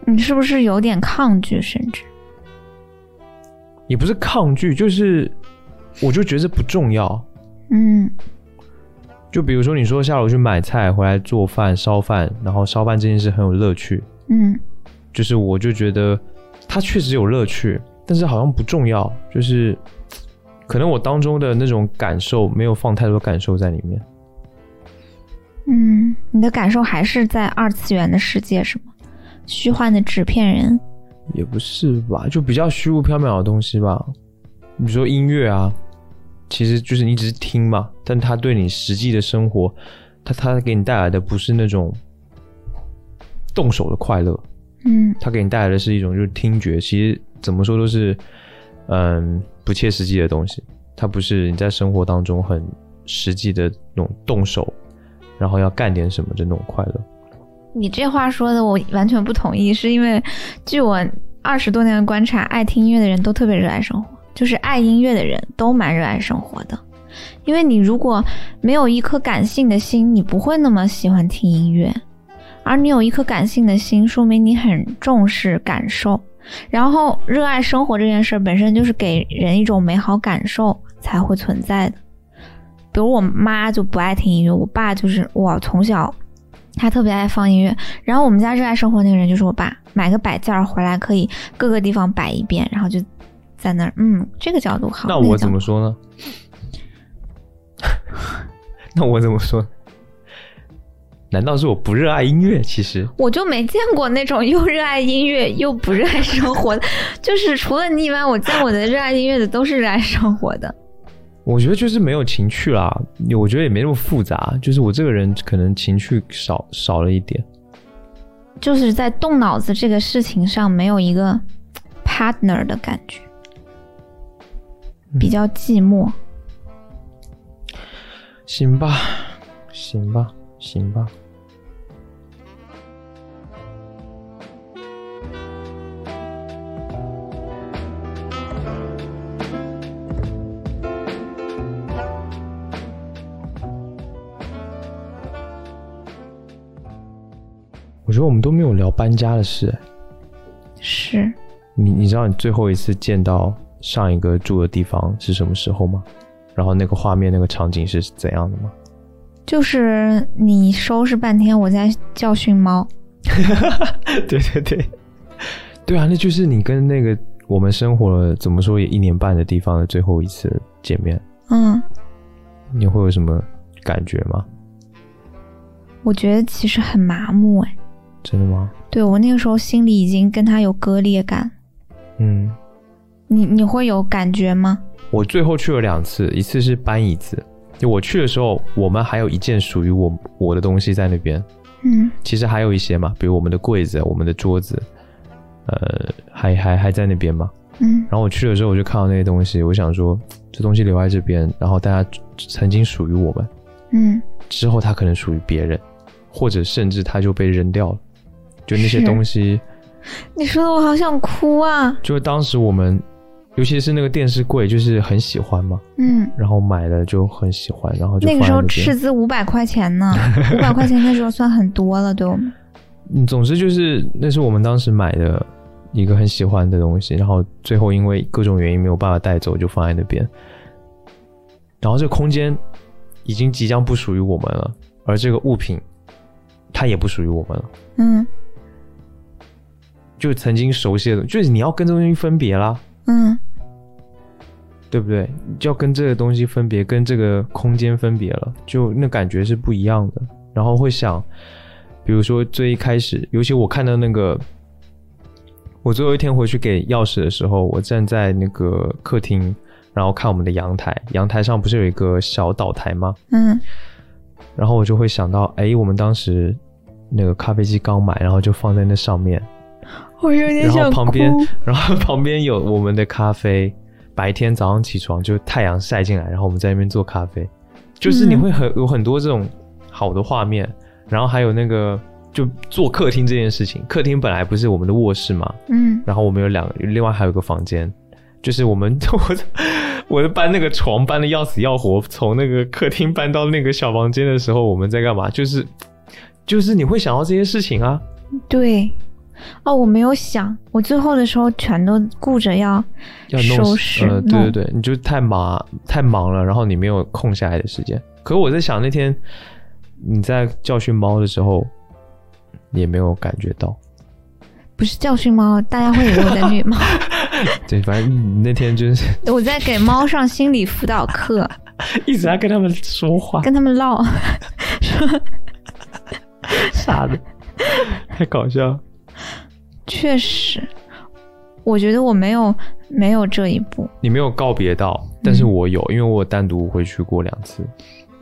Speaker 1: 你是不是有点抗拒，甚至？
Speaker 2: 也不是抗拒，就是我就觉得不重要。
Speaker 1: 嗯
Speaker 2: 就比如说你说下楼去买菜，回来做饭烧饭，然后烧饭这件事很有乐趣，
Speaker 1: 嗯
Speaker 2: 就是我就觉得它确实有乐趣，但是好像不重要，就是可能我当中的那种感受没有放太多感受在里面。
Speaker 1: 嗯，你的感受还是在二次元的世界是吗？虚幻的纸片人。
Speaker 2: 也不是吧，就比较虚无缥缈的东西吧。你说音乐啊，其实就是你只是听嘛，但它对你实际的生活，它它给你带来的不是那种动手的快乐，
Speaker 1: 嗯
Speaker 2: 它给你带来的是一种就是听觉，其实怎么说都是嗯不切实际的东西，它不是你在生活当中很实际的那种动手，然后要干点什么的那种快乐。
Speaker 1: 你这话说的我完全不同意，是因为据我二十多年的观察，爱听音乐的人都特别热爱生活，就是爱音乐的人都蛮热爱生活的。因为你如果没有一颗感性的心，你不会那么喜欢听音乐；而你有一颗感性的心，说明你很重视感受。然后，热爱生活这件事本身就是给人一种美好感受才会存在的。比如我妈就不爱听音乐，我爸就是我从小他特别爱放音乐。然后我们家热爱生活那个人就是我爸，买个摆件儿回来可以各个地方摆一遍，然后就在那儿，嗯，这个角度好。
Speaker 2: 那
Speaker 1: 个
Speaker 2: 我
Speaker 1: 角
Speaker 2: 怎
Speaker 1: 度
Speaker 2: 么说呢？ [laughs] 那我怎么说？难道是我不热爱音乐？其实
Speaker 1: 我就没见过那种又热爱音乐又不热爱生活的， [laughs] 就是除了你以外，我见过的热爱音乐的都是热爱生活的。
Speaker 2: 我觉得就是没有情趣啦，我觉得也没那么复杂，就是我这个人可能情趣少少了一点。
Speaker 1: 就是在动脑子这个事情上没有一个 partner 的感觉，比较寂寞。
Speaker 2: 行吧，行吧，行吧。我觉得我们都没有聊搬家的事、哎
Speaker 1: 是
Speaker 2: 你你知道你最后一次见到上一个住的地方是什么时候吗？然后那个画面、那个场景是怎样的吗？
Speaker 1: 就是你收拾半天，我在教训猫。
Speaker 2: [laughs] 对对对，对啊，那就是你跟那个我们生活了怎么说也一年半的地方的最后一次见面，
Speaker 1: 嗯，
Speaker 2: 你会有什么感觉吗？
Speaker 1: 我觉得其实很麻木哎。
Speaker 2: 真的吗？
Speaker 1: 对我那个时候心里已经跟他有割裂感，
Speaker 2: 嗯，
Speaker 1: 你你会有感觉吗？
Speaker 2: 我最后去了两次，一次是搬椅子，就我去的时候，我们还有一件属于我我的东西在那边，
Speaker 1: 嗯
Speaker 2: 其实还有一些嘛，比如我们的柜子、我们的桌子，呃，还还还在那边嘛。
Speaker 1: 嗯
Speaker 2: 然后我去的时候，我就看到那些东西，我想说这东西留在这边，然后大家曾经属于我们。
Speaker 1: 嗯，
Speaker 2: 之后它可能属于别人，或者甚至它就被扔掉了。就那些
Speaker 1: 是
Speaker 2: 东西，
Speaker 1: 你说的我好想哭啊。
Speaker 2: 就当时我们，尤其是那个电视柜，就是很喜欢嘛，
Speaker 1: 嗯，
Speaker 2: 然后买了就很喜欢，然后就
Speaker 1: 那
Speaker 2: 放
Speaker 1: 个
Speaker 2: 在
Speaker 1: 时候
Speaker 2: 边
Speaker 1: 斥资五百块钱
Speaker 2: [laughs]
Speaker 1: 呢，五百块钱那时候算很多了，对我们。
Speaker 2: 嗯，总之就是那是我们当时买的一个很喜欢的东西，然后最后因为各种原因没有办法带走，就放在那边。然后这个空间已经即将不属于我们了，而这个物品它也不属于我们了。
Speaker 1: 嗯
Speaker 2: 就曾经熟悉的，就是你要跟这东西分别啦，
Speaker 1: 嗯
Speaker 2: 对不对？就要跟这个东西分别，跟这个空间分别了，就那感觉是不一样的。然后会想，比如说最一开始，尤其我看到那个，我最后一天回去给钥匙的时候，我站在那个客厅，然后看我们的阳台，阳台上不是有一个小岛台吗？
Speaker 1: 嗯
Speaker 2: 然后我就会想到，哎，我们当时那个咖啡机刚买，然后就放在那上面，
Speaker 1: 我有点
Speaker 2: 然后
Speaker 1: 想
Speaker 2: 旁
Speaker 1: 哭。
Speaker 2: 边，然后旁边有我们的咖啡。白天早上起床就太阳晒进来，然后我们在那边做咖啡，就是你会很有很多这种好的画面。然后还有那个就做客厅这件事情，客厅本来不是我们的卧室嘛，
Speaker 1: 嗯
Speaker 2: 然后我们有两个，另外还有一个房间，就是我们 [laughs] 我我搬那个床搬的要死要活，从那个客厅搬到那个小房间的时候，我们在干嘛？就是就是你会想到这些事情啊，
Speaker 1: 对。哦，我没有想，我最后的时候全都顾着要
Speaker 2: 要弄
Speaker 1: 收
Speaker 2: 死
Speaker 1: 拾
Speaker 2: 呃，对
Speaker 1: 弄
Speaker 2: 对对，你就太忙太忙了，然后你没有空下来的时间。可我在想，那天你在教训猫的时候，也没有感觉到。
Speaker 1: 不是教训猫，大家会以为我在虐
Speaker 2: [laughs]
Speaker 1: 猫。
Speaker 2: 对，反正你那天就是
Speaker 1: 我在给猫上心理辅导课，
Speaker 2: [laughs] 一直在跟他们说话，
Speaker 1: 跟他们
Speaker 2: [laughs]
Speaker 1: 唠。[laughs]
Speaker 2: 傻的，太搞笑了。
Speaker 1: 确实，我觉得我没有没有这一步。
Speaker 2: 你没有告别到，但是我有，因为我单独回去过两次，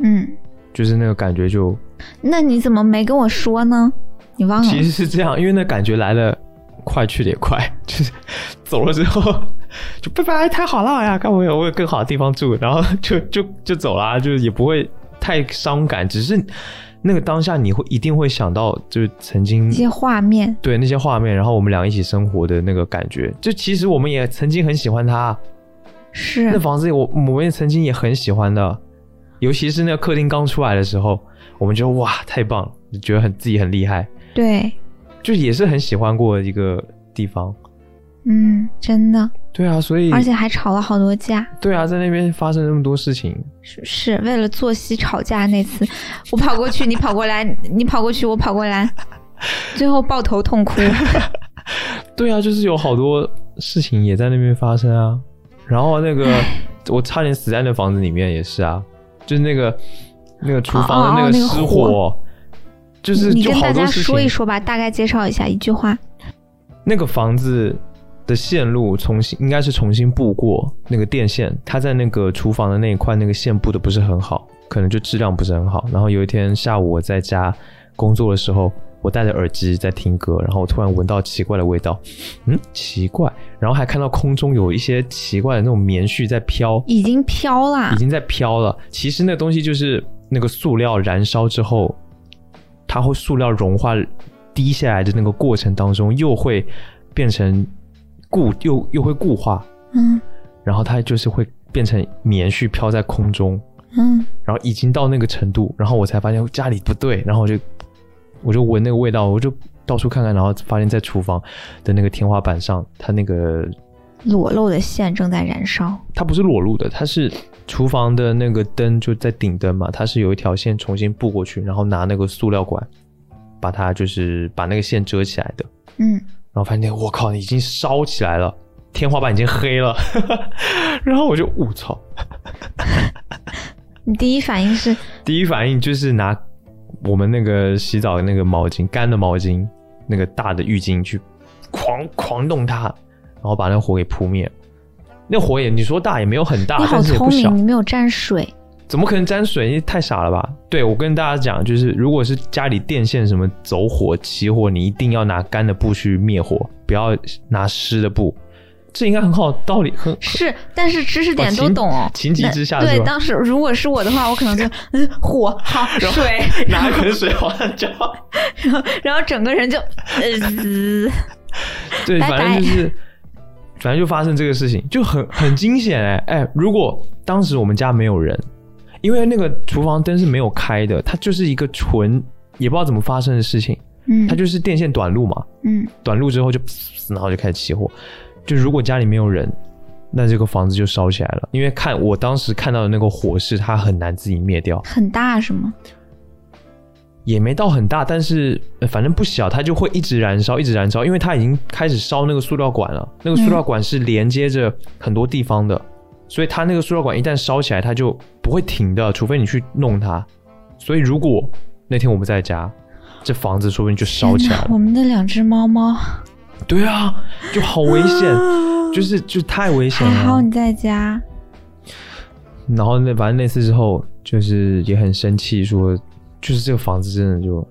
Speaker 1: 嗯，
Speaker 2: 就是那个感觉就
Speaker 1: 那你怎么没跟我说呢？你忘
Speaker 2: 其
Speaker 1: 了？
Speaker 2: 实是这样，因为那感觉来的快，去的也快， [laughs] 就是走了之后就拜拜，太好了哎呀，干我有我有更好的地方住，然后就 [laughs] 就就走啦，就是也不会太伤感，只是那个当下你会一定会想到，就是曾经
Speaker 1: 一些画面，
Speaker 2: 对那些画面，然后我们俩一起生活的那个感觉，就其实我们也曾经很喜欢他，那
Speaker 1: 是
Speaker 2: 房子我我们也曾经也很喜欢的，尤其是那个客厅刚出来的时候，我们就哇太棒了，就觉得很自己很厉害，
Speaker 1: 对，
Speaker 2: 就也是很喜欢过一个地方。
Speaker 1: 嗯，真的，
Speaker 2: 对啊，所以
Speaker 1: 而且还吵了好多架，
Speaker 2: 对啊，在那边发生那么多事情，
Speaker 1: 是是为了作息吵架那次，我跑过去，你跑过来， [laughs] 你跑过去，我跑过来，最后抱头痛哭。
Speaker 2: 对啊，就是有好多事情也在那边发生啊。然后那个我差点死在那房子里面也是啊，就是那个那个厨房的
Speaker 1: 哦哦
Speaker 2: 个
Speaker 1: 那个
Speaker 2: 失
Speaker 1: 火
Speaker 2: 就是
Speaker 1: 你
Speaker 2: 就
Speaker 1: 跟
Speaker 2: 好
Speaker 1: 大
Speaker 2: 多
Speaker 1: 家
Speaker 2: 事情。
Speaker 1: 说一说吧，大概介绍一下一句话。
Speaker 2: 那个房子的线路重新应该是重新布过那个电线，它在那个厨房的那一块那个线布的不是很好，可能就质量不是很好。然后有一天下午我在家工作的时候，我戴着耳机在听歌，然后我突然闻到奇怪的味道，嗯，奇怪，然后还看到空中有一些奇怪的那种棉絮在飘，
Speaker 1: 已经飘啦
Speaker 2: 已，经在飘了。其实那东西就是那个塑料燃烧之后，它会塑料融化滴下来的那个过程当中，又会变成固，又又会固化，
Speaker 1: 嗯
Speaker 2: 然后它就是会变成棉絮飘在空中，
Speaker 1: 嗯，
Speaker 2: 然后已经到那个程度，然后我才发现家里不对，然后我就我就闻那个味道，我就到处看看，然后发现在厨房的那个天花板上，它那个
Speaker 1: 裸露的线正在燃烧。
Speaker 2: 它不是裸露的，它是厨房的那个灯就在顶灯嘛，它是有一条线重新布过去，然后拿那个塑料管把它就是把那个线遮起来的，
Speaker 1: 嗯，
Speaker 2: 然后发现我靠，已经烧起来了，天花板已经黑了， [laughs] 然后我就我操，
Speaker 1: 你第一反应是
Speaker 2: 第一反应就是拿我们那个洗澡的那个毛巾，干的毛巾，那个大的浴巾去狂狂弄它，然后把那火给扑灭。那火也你说大也没有很大，
Speaker 1: 你好
Speaker 2: 但是也
Speaker 1: 聪
Speaker 2: 不小
Speaker 1: 明，。啊你没有沾水。
Speaker 2: 怎么可能沾水？你太傻了吧！对我跟大家讲，就是如果是家里电线什么走火、起火，你一定要拿干的布去灭火，不要拿湿的布。这应该很好道理，很
Speaker 1: 是，但是知识点
Speaker 2: 哦
Speaker 1: 都
Speaker 2: 情
Speaker 1: 懂哦。
Speaker 2: 情急
Speaker 1: 那
Speaker 2: 之下是
Speaker 1: 对，
Speaker 2: 吧
Speaker 1: 当时如果是我的话，我可能就嗯火好水，
Speaker 2: [laughs] 拿一盆水往上浇。
Speaker 1: 然后整个人就呃，
Speaker 2: 对，
Speaker 1: 拜拜
Speaker 2: 反正就是，反正就发生这个事情，就很很惊险哎、哎！如果当时我们家没有人，因为那个厨房灯是没有开的，它就是一个纯也不知道怎么发生的事情，
Speaker 1: 嗯
Speaker 2: 它就是电线短路嘛，
Speaker 1: 嗯
Speaker 2: 短路之后就，然后就开始起火。就如果家里没有人，那这个房子就烧起来了。因为看我当时看到的那个火势，它很难自己灭掉，
Speaker 1: 很大是吗？
Speaker 2: 也没到很大，但是、呃反正不小，它就会一直燃烧，一直燃烧，因为它已经开始烧那个塑料管了。那个塑料管是连接着很多地方的，所以它那个塑料管一旦烧起来，它就不会停的，除非你去弄它。所以如果那天我不在家，这房子说不定就烧起来
Speaker 1: 天
Speaker 2: 了
Speaker 1: 哪。我们的两只猫猫
Speaker 2: 对啊，就好危险，就是就太危险
Speaker 1: 还
Speaker 2: 了。
Speaker 1: 好你在家，
Speaker 2: 然后那反正那次之后，就是也很生气，说就是这个房子真的就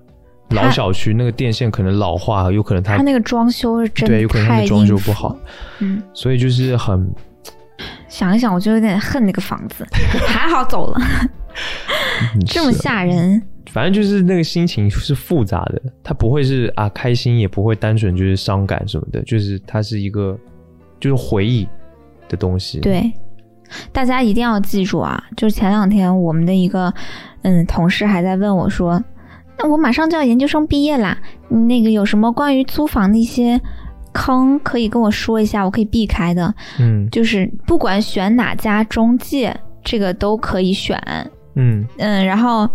Speaker 2: 老小区，那个电线可能老化，有可能它
Speaker 1: 它那个装修是真的
Speaker 2: 对，有可能它
Speaker 1: 太
Speaker 2: 的装修
Speaker 1: 应付
Speaker 2: 不好，，
Speaker 1: 嗯，
Speaker 2: 所以就是很
Speaker 1: 想一想我就有点恨那个房子，还好走了，
Speaker 2: [laughs] 很
Speaker 1: 这么
Speaker 2: 是
Speaker 1: 吓人。
Speaker 2: 反正就是那个心情是复杂的，它不会是啊开心，也不会单纯就是伤感什么的，就是它是一个就是回忆的东西。，
Speaker 1: 对，大家一定要记住啊！就是前两天我们的一个嗯同事还在问我说，那我马上就要研究生毕业啦，你那个有什么关于租房的一些坑可以跟我说一下，我可以避开的。
Speaker 2: 嗯
Speaker 1: 就是不管选哪家中介，这个都可以选。
Speaker 2: 嗯
Speaker 1: 嗯，然后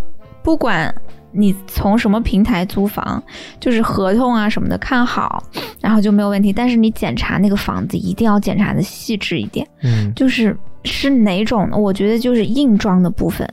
Speaker 1: 不管你从什么平台租房，就是合同啊什么的看好，然后就没有问题。但是你检查那个房子一定要检查的细致一点。
Speaker 2: 嗯，
Speaker 1: 就是是哪种呢？我觉得就是硬装的部分，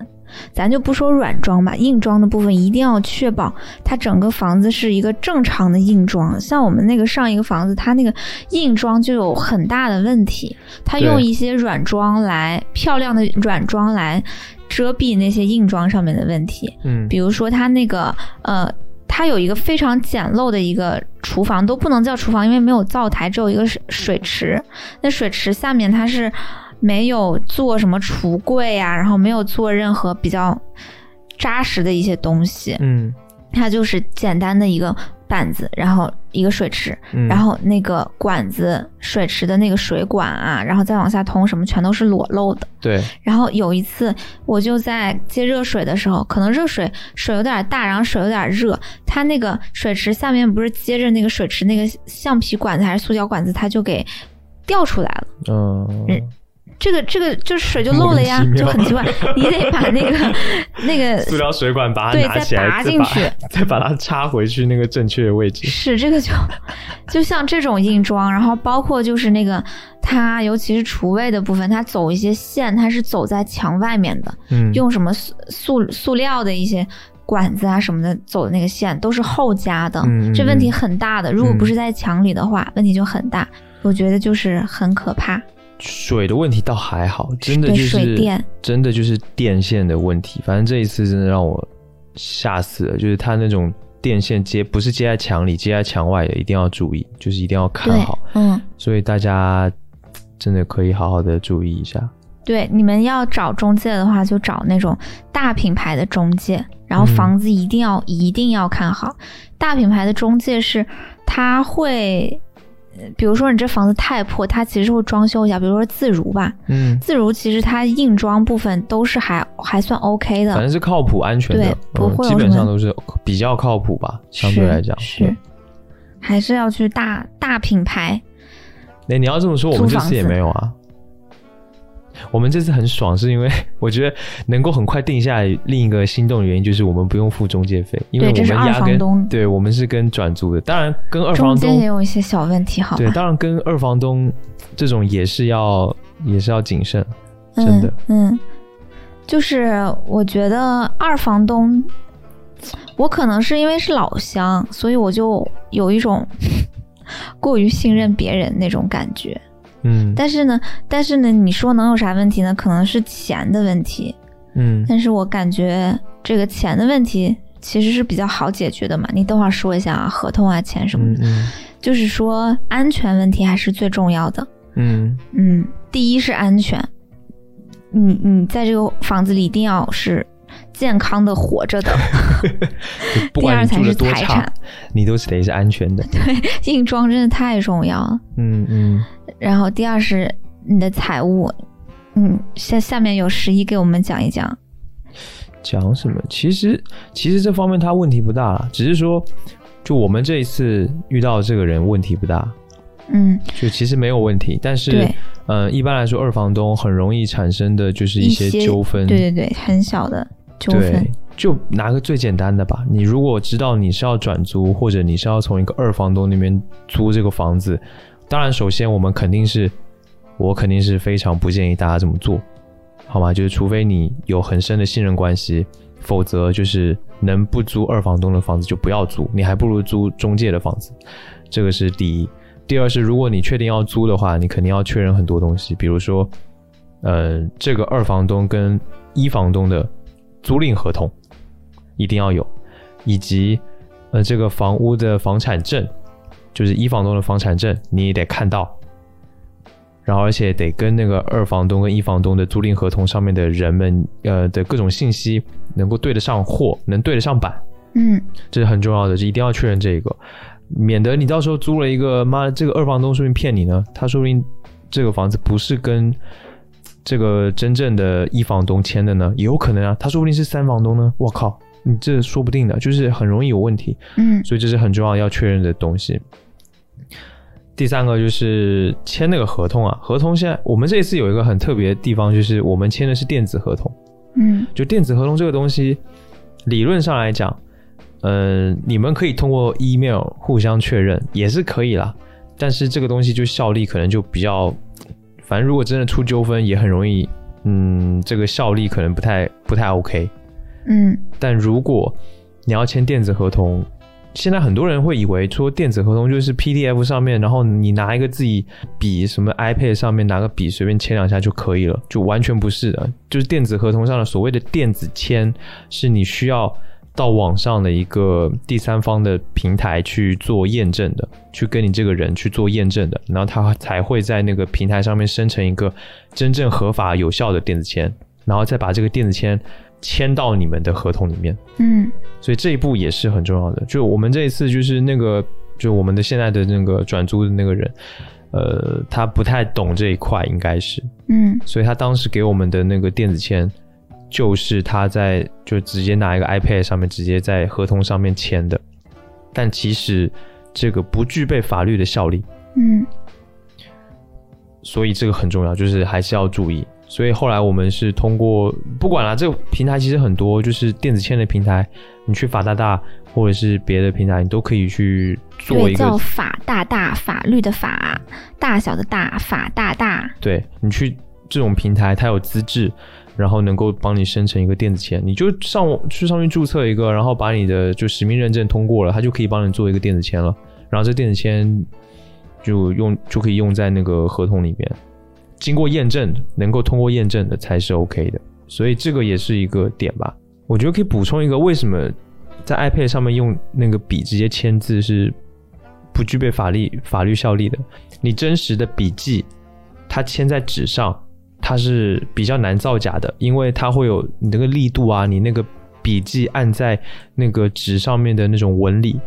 Speaker 1: 咱就不说软装吧，硬装的部分一定要确保它整个房子是一个正常的硬装。像我们那个上一个房子，它那个硬装就有很大的问题，它
Speaker 2: 对
Speaker 1: 用一些软装来漂亮的软装来遮蔽那些硬装上面的问题。
Speaker 2: 嗯
Speaker 1: 比如说它那个呃，它有一个非常简陋的一个厨房，都不能叫厨房，因为没有灶台，只有一个水水池。那水池下面它是没有做什么橱柜啊，然后没有做任何比较扎实的一些东西，
Speaker 2: 嗯
Speaker 1: 它就是简单的一个板子，然后一个水池，
Speaker 2: 嗯，
Speaker 1: 然后那个管子水池的那个水管啊，然后再往下通什么，全都是裸露的。
Speaker 2: 对，
Speaker 1: 然后有一次，我就在接热水的时候，可能热水水有点大，然后水有点热，它那个水池下面不是接着那个水池那个橡皮管子还是塑胶管子，它就给掉出来了。
Speaker 2: 嗯
Speaker 1: 嗯这个这个就是水就漏了呀
Speaker 2: 莫名其，
Speaker 1: 就
Speaker 2: 妙
Speaker 1: 很奇怪，你得把那个那个
Speaker 2: 塑料水管把它
Speaker 1: 对
Speaker 2: 拿
Speaker 1: 再
Speaker 2: 起来，
Speaker 1: 拔
Speaker 2: 再
Speaker 1: 进
Speaker 2: 把
Speaker 1: 去，
Speaker 2: 再把它插回去那个正确的位置。
Speaker 1: 是这个就就像这种硬装，然后包括就是那个它尤其是厨卫的部分，它走一些线，它是走在墙外面的，
Speaker 2: 嗯，
Speaker 1: 用什么塑塑塑料的一些管子啊什么的走的那个线都是后加的，
Speaker 2: 嗯嗯
Speaker 1: 这问题很大的。如果
Speaker 2: 嗯
Speaker 1: 不是在墙里的话，问题就很大。我觉得就是很可怕，
Speaker 2: 水的问题倒还好，真的
Speaker 1: 对
Speaker 2: 就是
Speaker 1: 水电
Speaker 2: 真的就是电线的问题。反正这一次真的让我吓死了，就是它那种电线接不是接在墙里，接在墙外的，一定要注意，就是一定要看
Speaker 1: 对
Speaker 2: 好。，
Speaker 1: 嗯，
Speaker 2: 所以大家真的可以好好的注意一下。
Speaker 1: 对，你们要找中介的话，就找那种大品牌的中介，然后
Speaker 2: 嗯
Speaker 1: 房子一定要、一定要看好。大品牌的中介是，他会，呃比如说你这房子太破，他其实会装修一下，比如说自如吧，
Speaker 2: 嗯，
Speaker 1: 自如其实它硬装部分都是还还算 OK 的，
Speaker 2: 反正是靠谱、安全的，
Speaker 1: 对不
Speaker 2: 嗯
Speaker 1: 会有
Speaker 2: 基本
Speaker 1: 什么
Speaker 2: 上都是比较靠谱吧，相对
Speaker 1: 是
Speaker 2: 来讲嗯
Speaker 1: 是，还是要去大大品牌。
Speaker 2: 那你要这么说，我们这次也没有啊。我们这次很爽，是因为 [laughs] 我觉得能够很快定下来。另一个心动的原因就是我们不用付中介费，因
Speaker 1: 对
Speaker 2: 为我
Speaker 1: 这
Speaker 2: 们
Speaker 1: 是二
Speaker 2: 压
Speaker 1: 房
Speaker 2: 根
Speaker 1: 东
Speaker 2: 对我们是跟转租的，当然跟二
Speaker 1: 中
Speaker 2: 房
Speaker 1: 间也
Speaker 2: 东
Speaker 1: 有啊一些小问题，好吧
Speaker 2: 对，？当然跟二房东这种也是要也是要谨慎。
Speaker 1: 嗯
Speaker 2: 真的
Speaker 1: 嗯，就是我觉得二房东，我可能是因为是老乡，所以我就有一种过于信任别人那种感觉。
Speaker 2: 嗯
Speaker 1: 但是呢，但是呢，你说能有啥问题呢？可能是钱的问题，
Speaker 2: 嗯，
Speaker 1: 但是我感觉这个钱的问题其实是比较好解决的嘛。你等会儿说一下啊，合同啊、钱什么
Speaker 2: 嗯
Speaker 1: 的，
Speaker 2: 嗯
Speaker 1: 就是说安全问题还是最重要的。
Speaker 2: 嗯
Speaker 1: 嗯，第一是安全，你你在这个房子里一定要是健康的活着的。
Speaker 2: [laughs] 嗯，
Speaker 1: 第
Speaker 2: 不管
Speaker 1: 二
Speaker 2: 你
Speaker 1: 才
Speaker 2: 住
Speaker 1: 是
Speaker 2: 的多
Speaker 1: 财
Speaker 2: 差
Speaker 1: 产，，
Speaker 2: 你都是得是安全的。
Speaker 1: 硬装真的太重要了。
Speaker 2: 嗯嗯，
Speaker 1: 然后第二是你的财务，嗯，下下面有十一给我们讲一讲。
Speaker 2: 讲什么？其实其实这方面他问题不大啦，只是说，就我们这一次遇到这个人问题不大，
Speaker 1: 嗯，
Speaker 2: 就其实没有问题，但是
Speaker 1: 对，
Speaker 2: 呃，一般来说，二房东很容易产生的就是一些
Speaker 1: 一些
Speaker 2: 纠纷，
Speaker 1: 对对对，很小的纠
Speaker 2: 对
Speaker 1: 纷，
Speaker 2: 就拿个最简单的吧，你如果知道你是要转租，或者你是要从一个二房东那边租这个房子，当然，首先我们肯定是，我肯定是非常不建议大家这么做，好吗？就是除非你有很深的信任关系，否则就是能不租二房东的房子就不要租，你还不如租中介的房子，这个是第一。第二是，如果你确定要租的话，你肯定要确认很多东西，比如说，呃，这个二房东跟一房东的租赁合同一定要有，以及呃这个房屋的房产证，就是一房东的房产证，你也得看到，然后而且得跟那个二房东跟一房东的租赁合同上面的人们呃的各种信息能够对得上货，能对得上版，
Speaker 1: 嗯，
Speaker 2: 这是很重要的，是一定要确认这个，免得你到时候租了一个妈，这个二房东说不定骗你呢，他说不定这个房子不是跟这个真正的一房东签的呢，也有可能啊，他说不定是三房东呢，我靠，你这说不定的，就是很容易有问题，
Speaker 1: 嗯
Speaker 2: 所以这是很重要要确认的东西。第三个就是签那个合同啊，合同现在我们这一次有一个很特别的地方，就是我们签的是电子合同。
Speaker 1: 嗯
Speaker 2: 就电子合同这个东西，理论上来讲，嗯、你们可以通过 email 互相确认，也是可以啦。但是这个东西就效力可能就比较，反正如果真的出纠纷，也很容易，嗯，这个效力可能不太不太 OK。
Speaker 1: 嗯
Speaker 2: 但如果你要签电子合同，现在很多人会以为说电子合同就是 PDF 上面，然后你拿一个自己笔，什么 iPad 上面拿个笔随便签两下就可以了，就完全不是的。就是电子合同上的所谓的电子签，是你需要到网上的一个第三方的平台去做验证的，去跟你这个人去做验证的，然后他才会在那个平台上面生成一个真正合法有效的电子签，然后再把这个电子签签到你们的合同里面。
Speaker 1: 嗯
Speaker 2: 所以这一步也是很重要的。就我们这一次就是那个，就我们的现在的那个转租的那个人，呃，他不太懂这一块，应该是，
Speaker 1: 嗯
Speaker 2: 所以他当时给我们的那个电子签，就是他在就直接拿一个 iPad 上面直接在合同上面签的，但其实这个不具备法律的效力，
Speaker 1: 嗯
Speaker 2: 所以这个很重要，就是还是要注意。所以后来我们是通过不管啦，这个平台其实很多，就是电子签的平台，你去法大大或者是别的平台，你都可以去做
Speaker 1: 对，
Speaker 2: 一
Speaker 1: 叫
Speaker 2: 个
Speaker 1: 法大大法律的法，大小的大法大大，
Speaker 2: 对你去这种平台，它有资质，然后能够帮你生成一个电子签，你就上网去上面注册一个，然后把你的就实名认证通过了，它就可以帮你做一个电子签了。然后这电子签就用就可以用在那个合同里面，经过验证，能够通过验证的才是 OK 的。所以这个也是一个点吧。我觉得可以补充一个，为什么在 iPad 上面用那个笔直接签字是不具备法律法律效力的？你真实的笔记，它签在纸上，它是比较难造假的，因为它会有你那个力度啊，你那个笔记按在那个纸上面的那种纹理，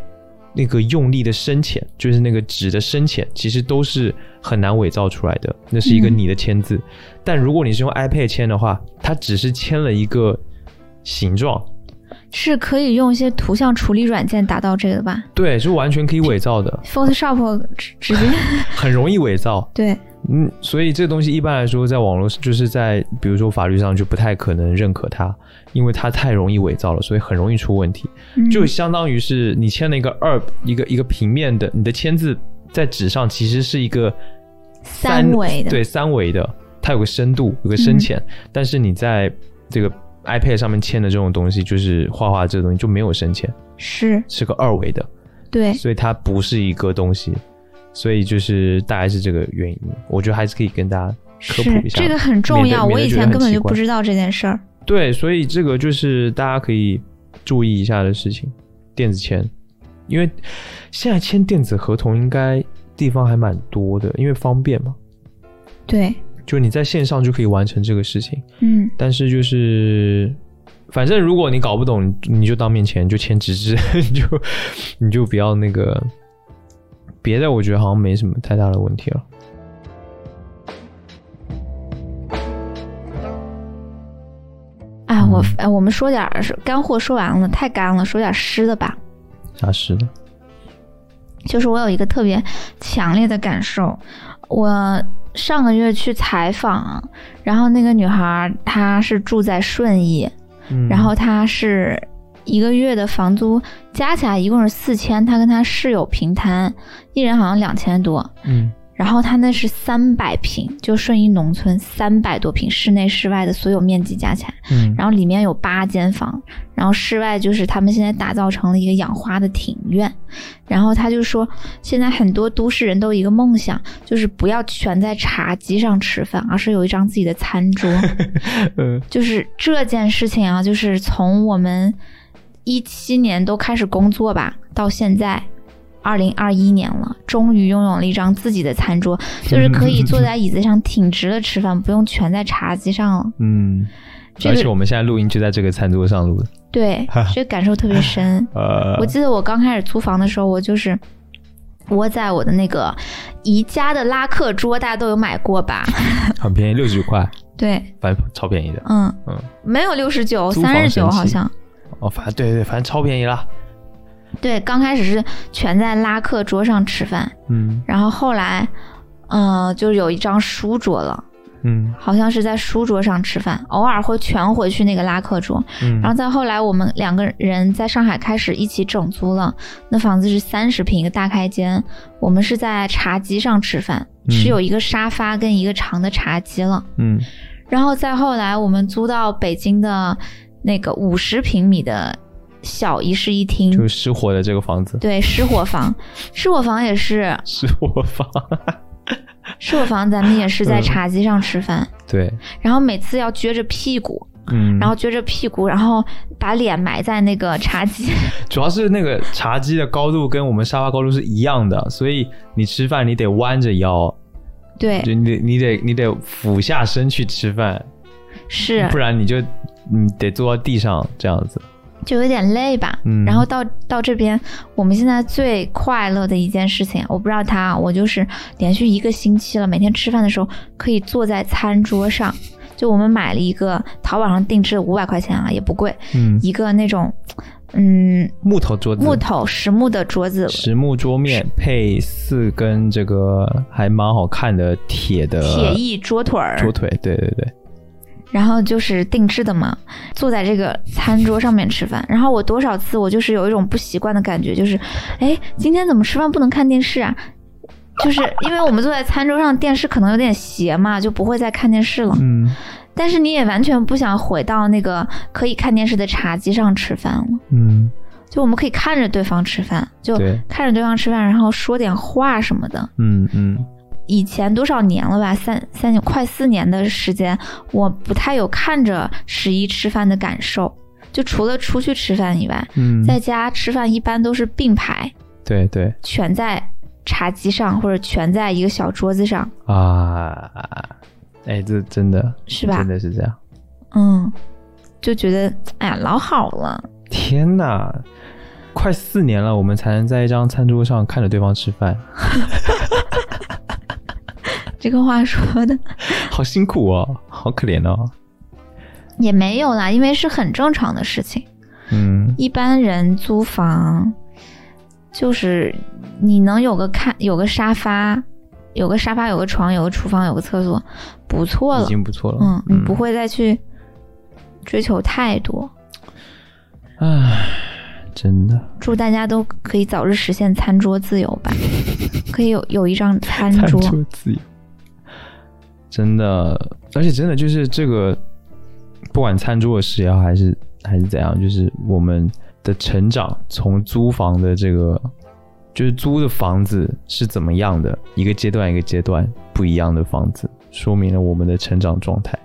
Speaker 2: 那个用力的深浅，就是那个纸的深浅，其实都是很难伪造出来的。那是一个
Speaker 1: 嗯
Speaker 2: 你的签字，但如果你是用 iPad 签的话，它只是签了一个形状，
Speaker 1: 是可以用一些图像处理软件达到这个的吧
Speaker 2: 对，是完全可以伪造
Speaker 1: [laughs]
Speaker 2: 的，
Speaker 1: ？Photoshop 直直接
Speaker 2: [laughs] 很容易伪造。
Speaker 1: 对，
Speaker 2: 嗯，所以这东西一般来说，在网络就是在比如说法律上就不太可能认可它，因为它太容易伪造了，所以很容易出问题。
Speaker 1: 嗯
Speaker 2: 就相当于是你签了一个二一个一个平面的，你的签字在纸上其实是一个
Speaker 1: 三维的，嗯
Speaker 2: 对三维的，它有个深度，有个深浅，但是你在这个 iPad 上面签的这种东西，就是画画这个东西就没有深浅，
Speaker 1: 是，
Speaker 2: 是个二维的，
Speaker 1: 对，
Speaker 2: 所以它不是一个东西，所以就是大概是这个原因，我觉得还是可以跟大家科
Speaker 1: 是
Speaker 2: 普一下
Speaker 1: 这个很重
Speaker 2: 免得
Speaker 1: 要。我
Speaker 2: 免得
Speaker 1: 以
Speaker 2: 觉得
Speaker 1: 前
Speaker 2: 很
Speaker 1: 根本
Speaker 2: 奇
Speaker 1: 就不
Speaker 2: 怪
Speaker 1: 知道这件事儿。
Speaker 2: 对，所以这个就是大家可以注意一下的事情，电子签，因为现在签电子合同应该地方还蛮多的，因为方便嘛，
Speaker 1: 对，
Speaker 2: 就你在线上就可以完成这个事情。
Speaker 1: 嗯，
Speaker 2: 但是就是，反正如果你搞不懂，你就当面签，就签纸质， [laughs] 你就你就不要那个别的，我觉得好像没什么太大的问题了。
Speaker 1: 哎，我
Speaker 2: 嗯
Speaker 1: 哎，我们说点儿干货，说完了太干了，说点儿湿的吧。
Speaker 2: 啥事的？
Speaker 1: 就是我有一个特别强烈的感受，我上个月去采访，然后那个女孩儿她是住在顺义，
Speaker 2: 嗯
Speaker 1: 然后她是一个月的房租加起来一共是四千，她跟她室友平摊，一人好像两千多。
Speaker 2: 嗯
Speaker 1: 然后她那是三百平，就顺义农村三百多平，室内室外的所有面积加起来，
Speaker 2: 嗯，
Speaker 1: [laughs] 然后里面有八间房，然后室外就是他们现在打造成了一个养花的庭院。然后他就说，现在很多都市人都有一个梦想，就是不要全在茶几上吃饭，而是有一张自己的餐桌。
Speaker 2: 嗯
Speaker 1: 就是这件事情啊，就是从我们一七年都开始工作吧，到现在。二零二一年了，终于拥有了一张自己的餐桌，就是可以坐在椅子上挺直了吃饭，不用全在茶几上了。
Speaker 2: 嗯，
Speaker 1: 这
Speaker 2: 而
Speaker 1: 个
Speaker 2: 且我们现在录音就在这个餐桌上录的，
Speaker 1: 对，这感受特别深。
Speaker 2: 呃
Speaker 1: 我，记得我刚开始租房的时候，我就是窝在我的那个宜家的拉客桌，大家都有买过吧？
Speaker 2: 很便宜，六十块，
Speaker 1: 对，
Speaker 2: 反正超便宜的
Speaker 1: 嗯
Speaker 2: 嗯
Speaker 1: 没有六十九，
Speaker 2: 租
Speaker 1: 三
Speaker 2: 房
Speaker 1: 十
Speaker 2: 神
Speaker 1: 九
Speaker 2: 器
Speaker 1: 好像。
Speaker 2: 哦，反正对对，反正超便宜啦。
Speaker 1: 对，刚开始是全在拉客桌上吃饭，
Speaker 2: 嗯
Speaker 1: 然后后来，嗯、就有一张书桌了，
Speaker 2: 嗯
Speaker 1: 好像是在书桌上吃饭，偶尔会全回去那个拉客桌。
Speaker 2: 嗯，
Speaker 1: 然后再后来，我们两个人在上海开始一起整租了。那房子是三十平，一个大开间。我们是在茶几上吃饭，
Speaker 2: 嗯
Speaker 1: 是有一个沙发跟一个长的茶几了。
Speaker 2: 嗯
Speaker 1: 然后再后来，我们租到北京的那个五十平米的小一室一
Speaker 2: 就
Speaker 1: 厅
Speaker 2: 是，失火的这个房子，
Speaker 1: 对，失火房。失火房也是，
Speaker 2: 失火
Speaker 1: [laughs]
Speaker 2: 房，
Speaker 1: 失火房咱们也是在
Speaker 2: 嗯
Speaker 1: 茶几上吃饭，
Speaker 2: 对，
Speaker 1: 然后每次要撅着屁股，
Speaker 2: 嗯，
Speaker 1: 然后撅着屁股，然后把脸埋在那个茶几。
Speaker 2: 主要是那个茶几的高度跟我们沙发高度是一样的，所以你吃饭你得弯着腰，
Speaker 1: 对，
Speaker 2: 就你得你得你得俯下身去吃饭，
Speaker 1: 是。
Speaker 2: 不然你就你得坐到地上这样子。
Speaker 1: 就有点累吧。
Speaker 2: 嗯
Speaker 1: 然后到到这边，我们现在最快乐的一件事情，我不知道他啊，我就是连续一个星期了，每天吃饭的时候可以坐在餐桌上。就我们买了一个淘宝上定制五百块钱啊，也不贵，
Speaker 2: 嗯，
Speaker 1: 一个那种嗯
Speaker 2: 木头桌子，
Speaker 1: 木头实木的桌子，
Speaker 2: 实木桌面配四根这个还蛮好看的铁的
Speaker 1: 铁艺桌腿儿，
Speaker 2: 桌腿，对对对，
Speaker 1: 然后就是定制的嘛，坐在这个餐桌上面吃饭。然后我多少次我就是有一种不习惯的感觉，就是，哎，今天怎么吃饭不能看电视啊？ [laughs] 就是因为我们坐在餐桌上，电视可能有点斜嘛，就不会再看电视了。
Speaker 2: 嗯
Speaker 1: 但是你也完全不想回到那个可以看电视的茶几上吃饭了，
Speaker 2: 嗯，
Speaker 1: 就我们可以看着对方吃饭，就
Speaker 2: 对，
Speaker 1: 看着对方吃饭，然后说点话什么的。
Speaker 2: 嗯嗯
Speaker 1: 以前多少年了吧，三三年快四年的时间，我不太有看着十一吃饭的感受。就除了出去吃饭以外，
Speaker 2: 嗯，
Speaker 1: 在家吃饭一般都是并排，
Speaker 2: 对对
Speaker 1: 全在茶几上或者全在一个小桌子上，
Speaker 2: 啊，哎，这真的
Speaker 1: 是吧
Speaker 2: 真？的是这样。
Speaker 1: 嗯，就觉得哎呀老好了，
Speaker 2: 天呐，快四年了，我们才能在一张餐桌上看着对方吃饭，
Speaker 1: 这个话说的
Speaker 2: 好辛苦哦，好可怜哦。
Speaker 1: 也没有啦，因为是很正常的事情。
Speaker 2: 嗯
Speaker 1: 一般人租房，就是你能有个看有个沙发，有个沙发，有个床，有个厨房，有个厕所，不错
Speaker 2: 已
Speaker 1: 了。
Speaker 2: 经不错了。
Speaker 1: 嗯，你不会再去追求太多。
Speaker 2: 唉，真的，
Speaker 1: 祝大家都可以早日实现餐桌自由
Speaker 2: [laughs]
Speaker 1: 吧，可以有有一张餐
Speaker 2: 餐
Speaker 1: 桌。
Speaker 2: 桌自由，真的，而且真的就是这个，不管餐桌的事也好，还是还是怎样，就是我们的成长从租房的这个。就是租的房子是怎么样的，一个阶段一个阶段不一样的房子，说明了我们的成长状态。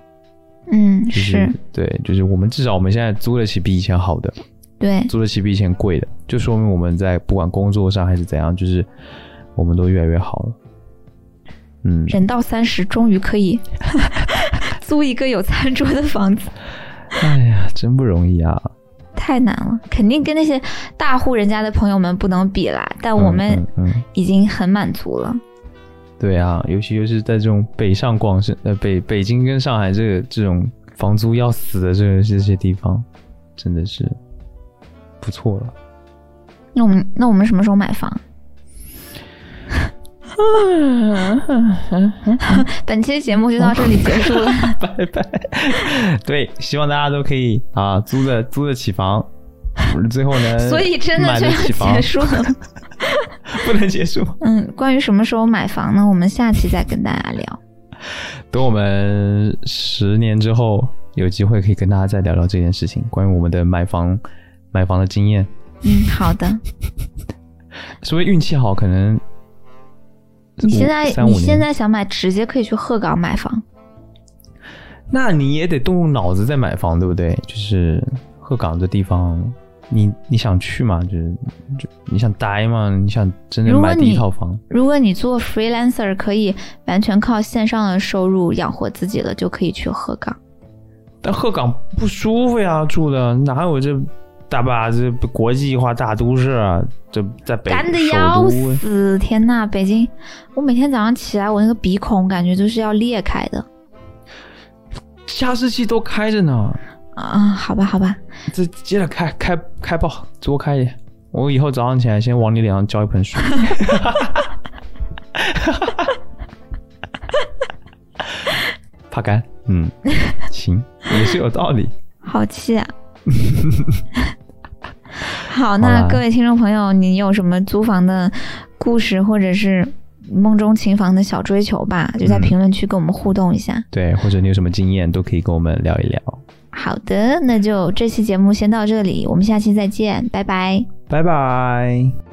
Speaker 1: 嗯，
Speaker 2: 就是对，就是我们至少我们现在租得起比以前好的，
Speaker 1: 对，
Speaker 2: 租得起比以前贵的，就说明我们在不管工作上还是怎样，就是我们都越来越好了。嗯，
Speaker 1: 人到三十终于可以 [laughs] 租一个有餐桌的房子。
Speaker 2: 哎呀，真不容易啊！
Speaker 1: 太难了，肯定跟那些大户人家的朋友们不能比啦。但我们
Speaker 2: 嗯嗯嗯
Speaker 1: 已经很满足了。
Speaker 2: 对啊，尤其就是在这种北上广深呃北北京跟上海这个这种房租要死的这个这些地方，真的是不错了。 [laughs]
Speaker 1: 那我们那我们什么时候买房？本期节目就到这里结
Speaker 2: [laughs]
Speaker 1: 束了，
Speaker 2: 拜拜。对，希望大家都可以啊，租的租得起房。最后呢，
Speaker 1: [laughs] 所以真的
Speaker 2: 买
Speaker 1: 就
Speaker 2: 得起
Speaker 1: 要
Speaker 2: 房
Speaker 1: 结，束了。
Speaker 2: [laughs] 不能结束。
Speaker 1: [laughs] 嗯，关于什么时候买房呢？我们下期再跟大家聊。
Speaker 2: 等我们十年之后有机会可以跟大家再聊聊这件事情，关于我们的买房买房的经验。
Speaker 1: 嗯，好的。
Speaker 2: 说不定运气好，可能
Speaker 1: 你
Speaker 2: 五
Speaker 1: 现在
Speaker 2: 三
Speaker 1: 你
Speaker 2: 五年
Speaker 1: 现在想买，直接可以去鹤岗买房。
Speaker 2: 那你也得动动脑子再买房，对不对？就是鹤岗这地方，你你想去吗？就是就你想待吗？你想真的
Speaker 1: 如果
Speaker 2: 买第一
Speaker 1: 你
Speaker 2: 套房？
Speaker 1: 如果你做 freelancer，可以完全靠线上的收入养活自己了，就可以去鹤岗。
Speaker 2: 但鹤岗不舒服呀，住的哪有这大把这国际化大都市啊？这在北
Speaker 1: 干的
Speaker 2: 首
Speaker 1: 要
Speaker 2: 都哎
Speaker 1: 死！天呐，北京，我每天早上起来，我那个鼻孔感觉就是要裂开的。
Speaker 2: 加湿器都开着呢，
Speaker 1: 啊、好吧，好吧，
Speaker 2: 这接着开开开爆，多开一点。我以后早上起来先往你脸上浇一盆水。 [laughs] 怕干，嗯，行，也是有道理。
Speaker 1: 好气
Speaker 2: [laughs]
Speaker 1: 啊！好，
Speaker 2: 好
Speaker 1: 那
Speaker 2: 啦
Speaker 1: 各位听众朋友，你有什么租房的故事，或者是梦中情房的小追求吧？就在
Speaker 2: 嗯
Speaker 1: 评论区跟我们互动一下。
Speaker 2: 对，或者你有什么经验，都可以跟我们聊一聊。
Speaker 1: 好的，那就这期节目先到这里，我们下期再见，拜拜。
Speaker 2: 拜拜。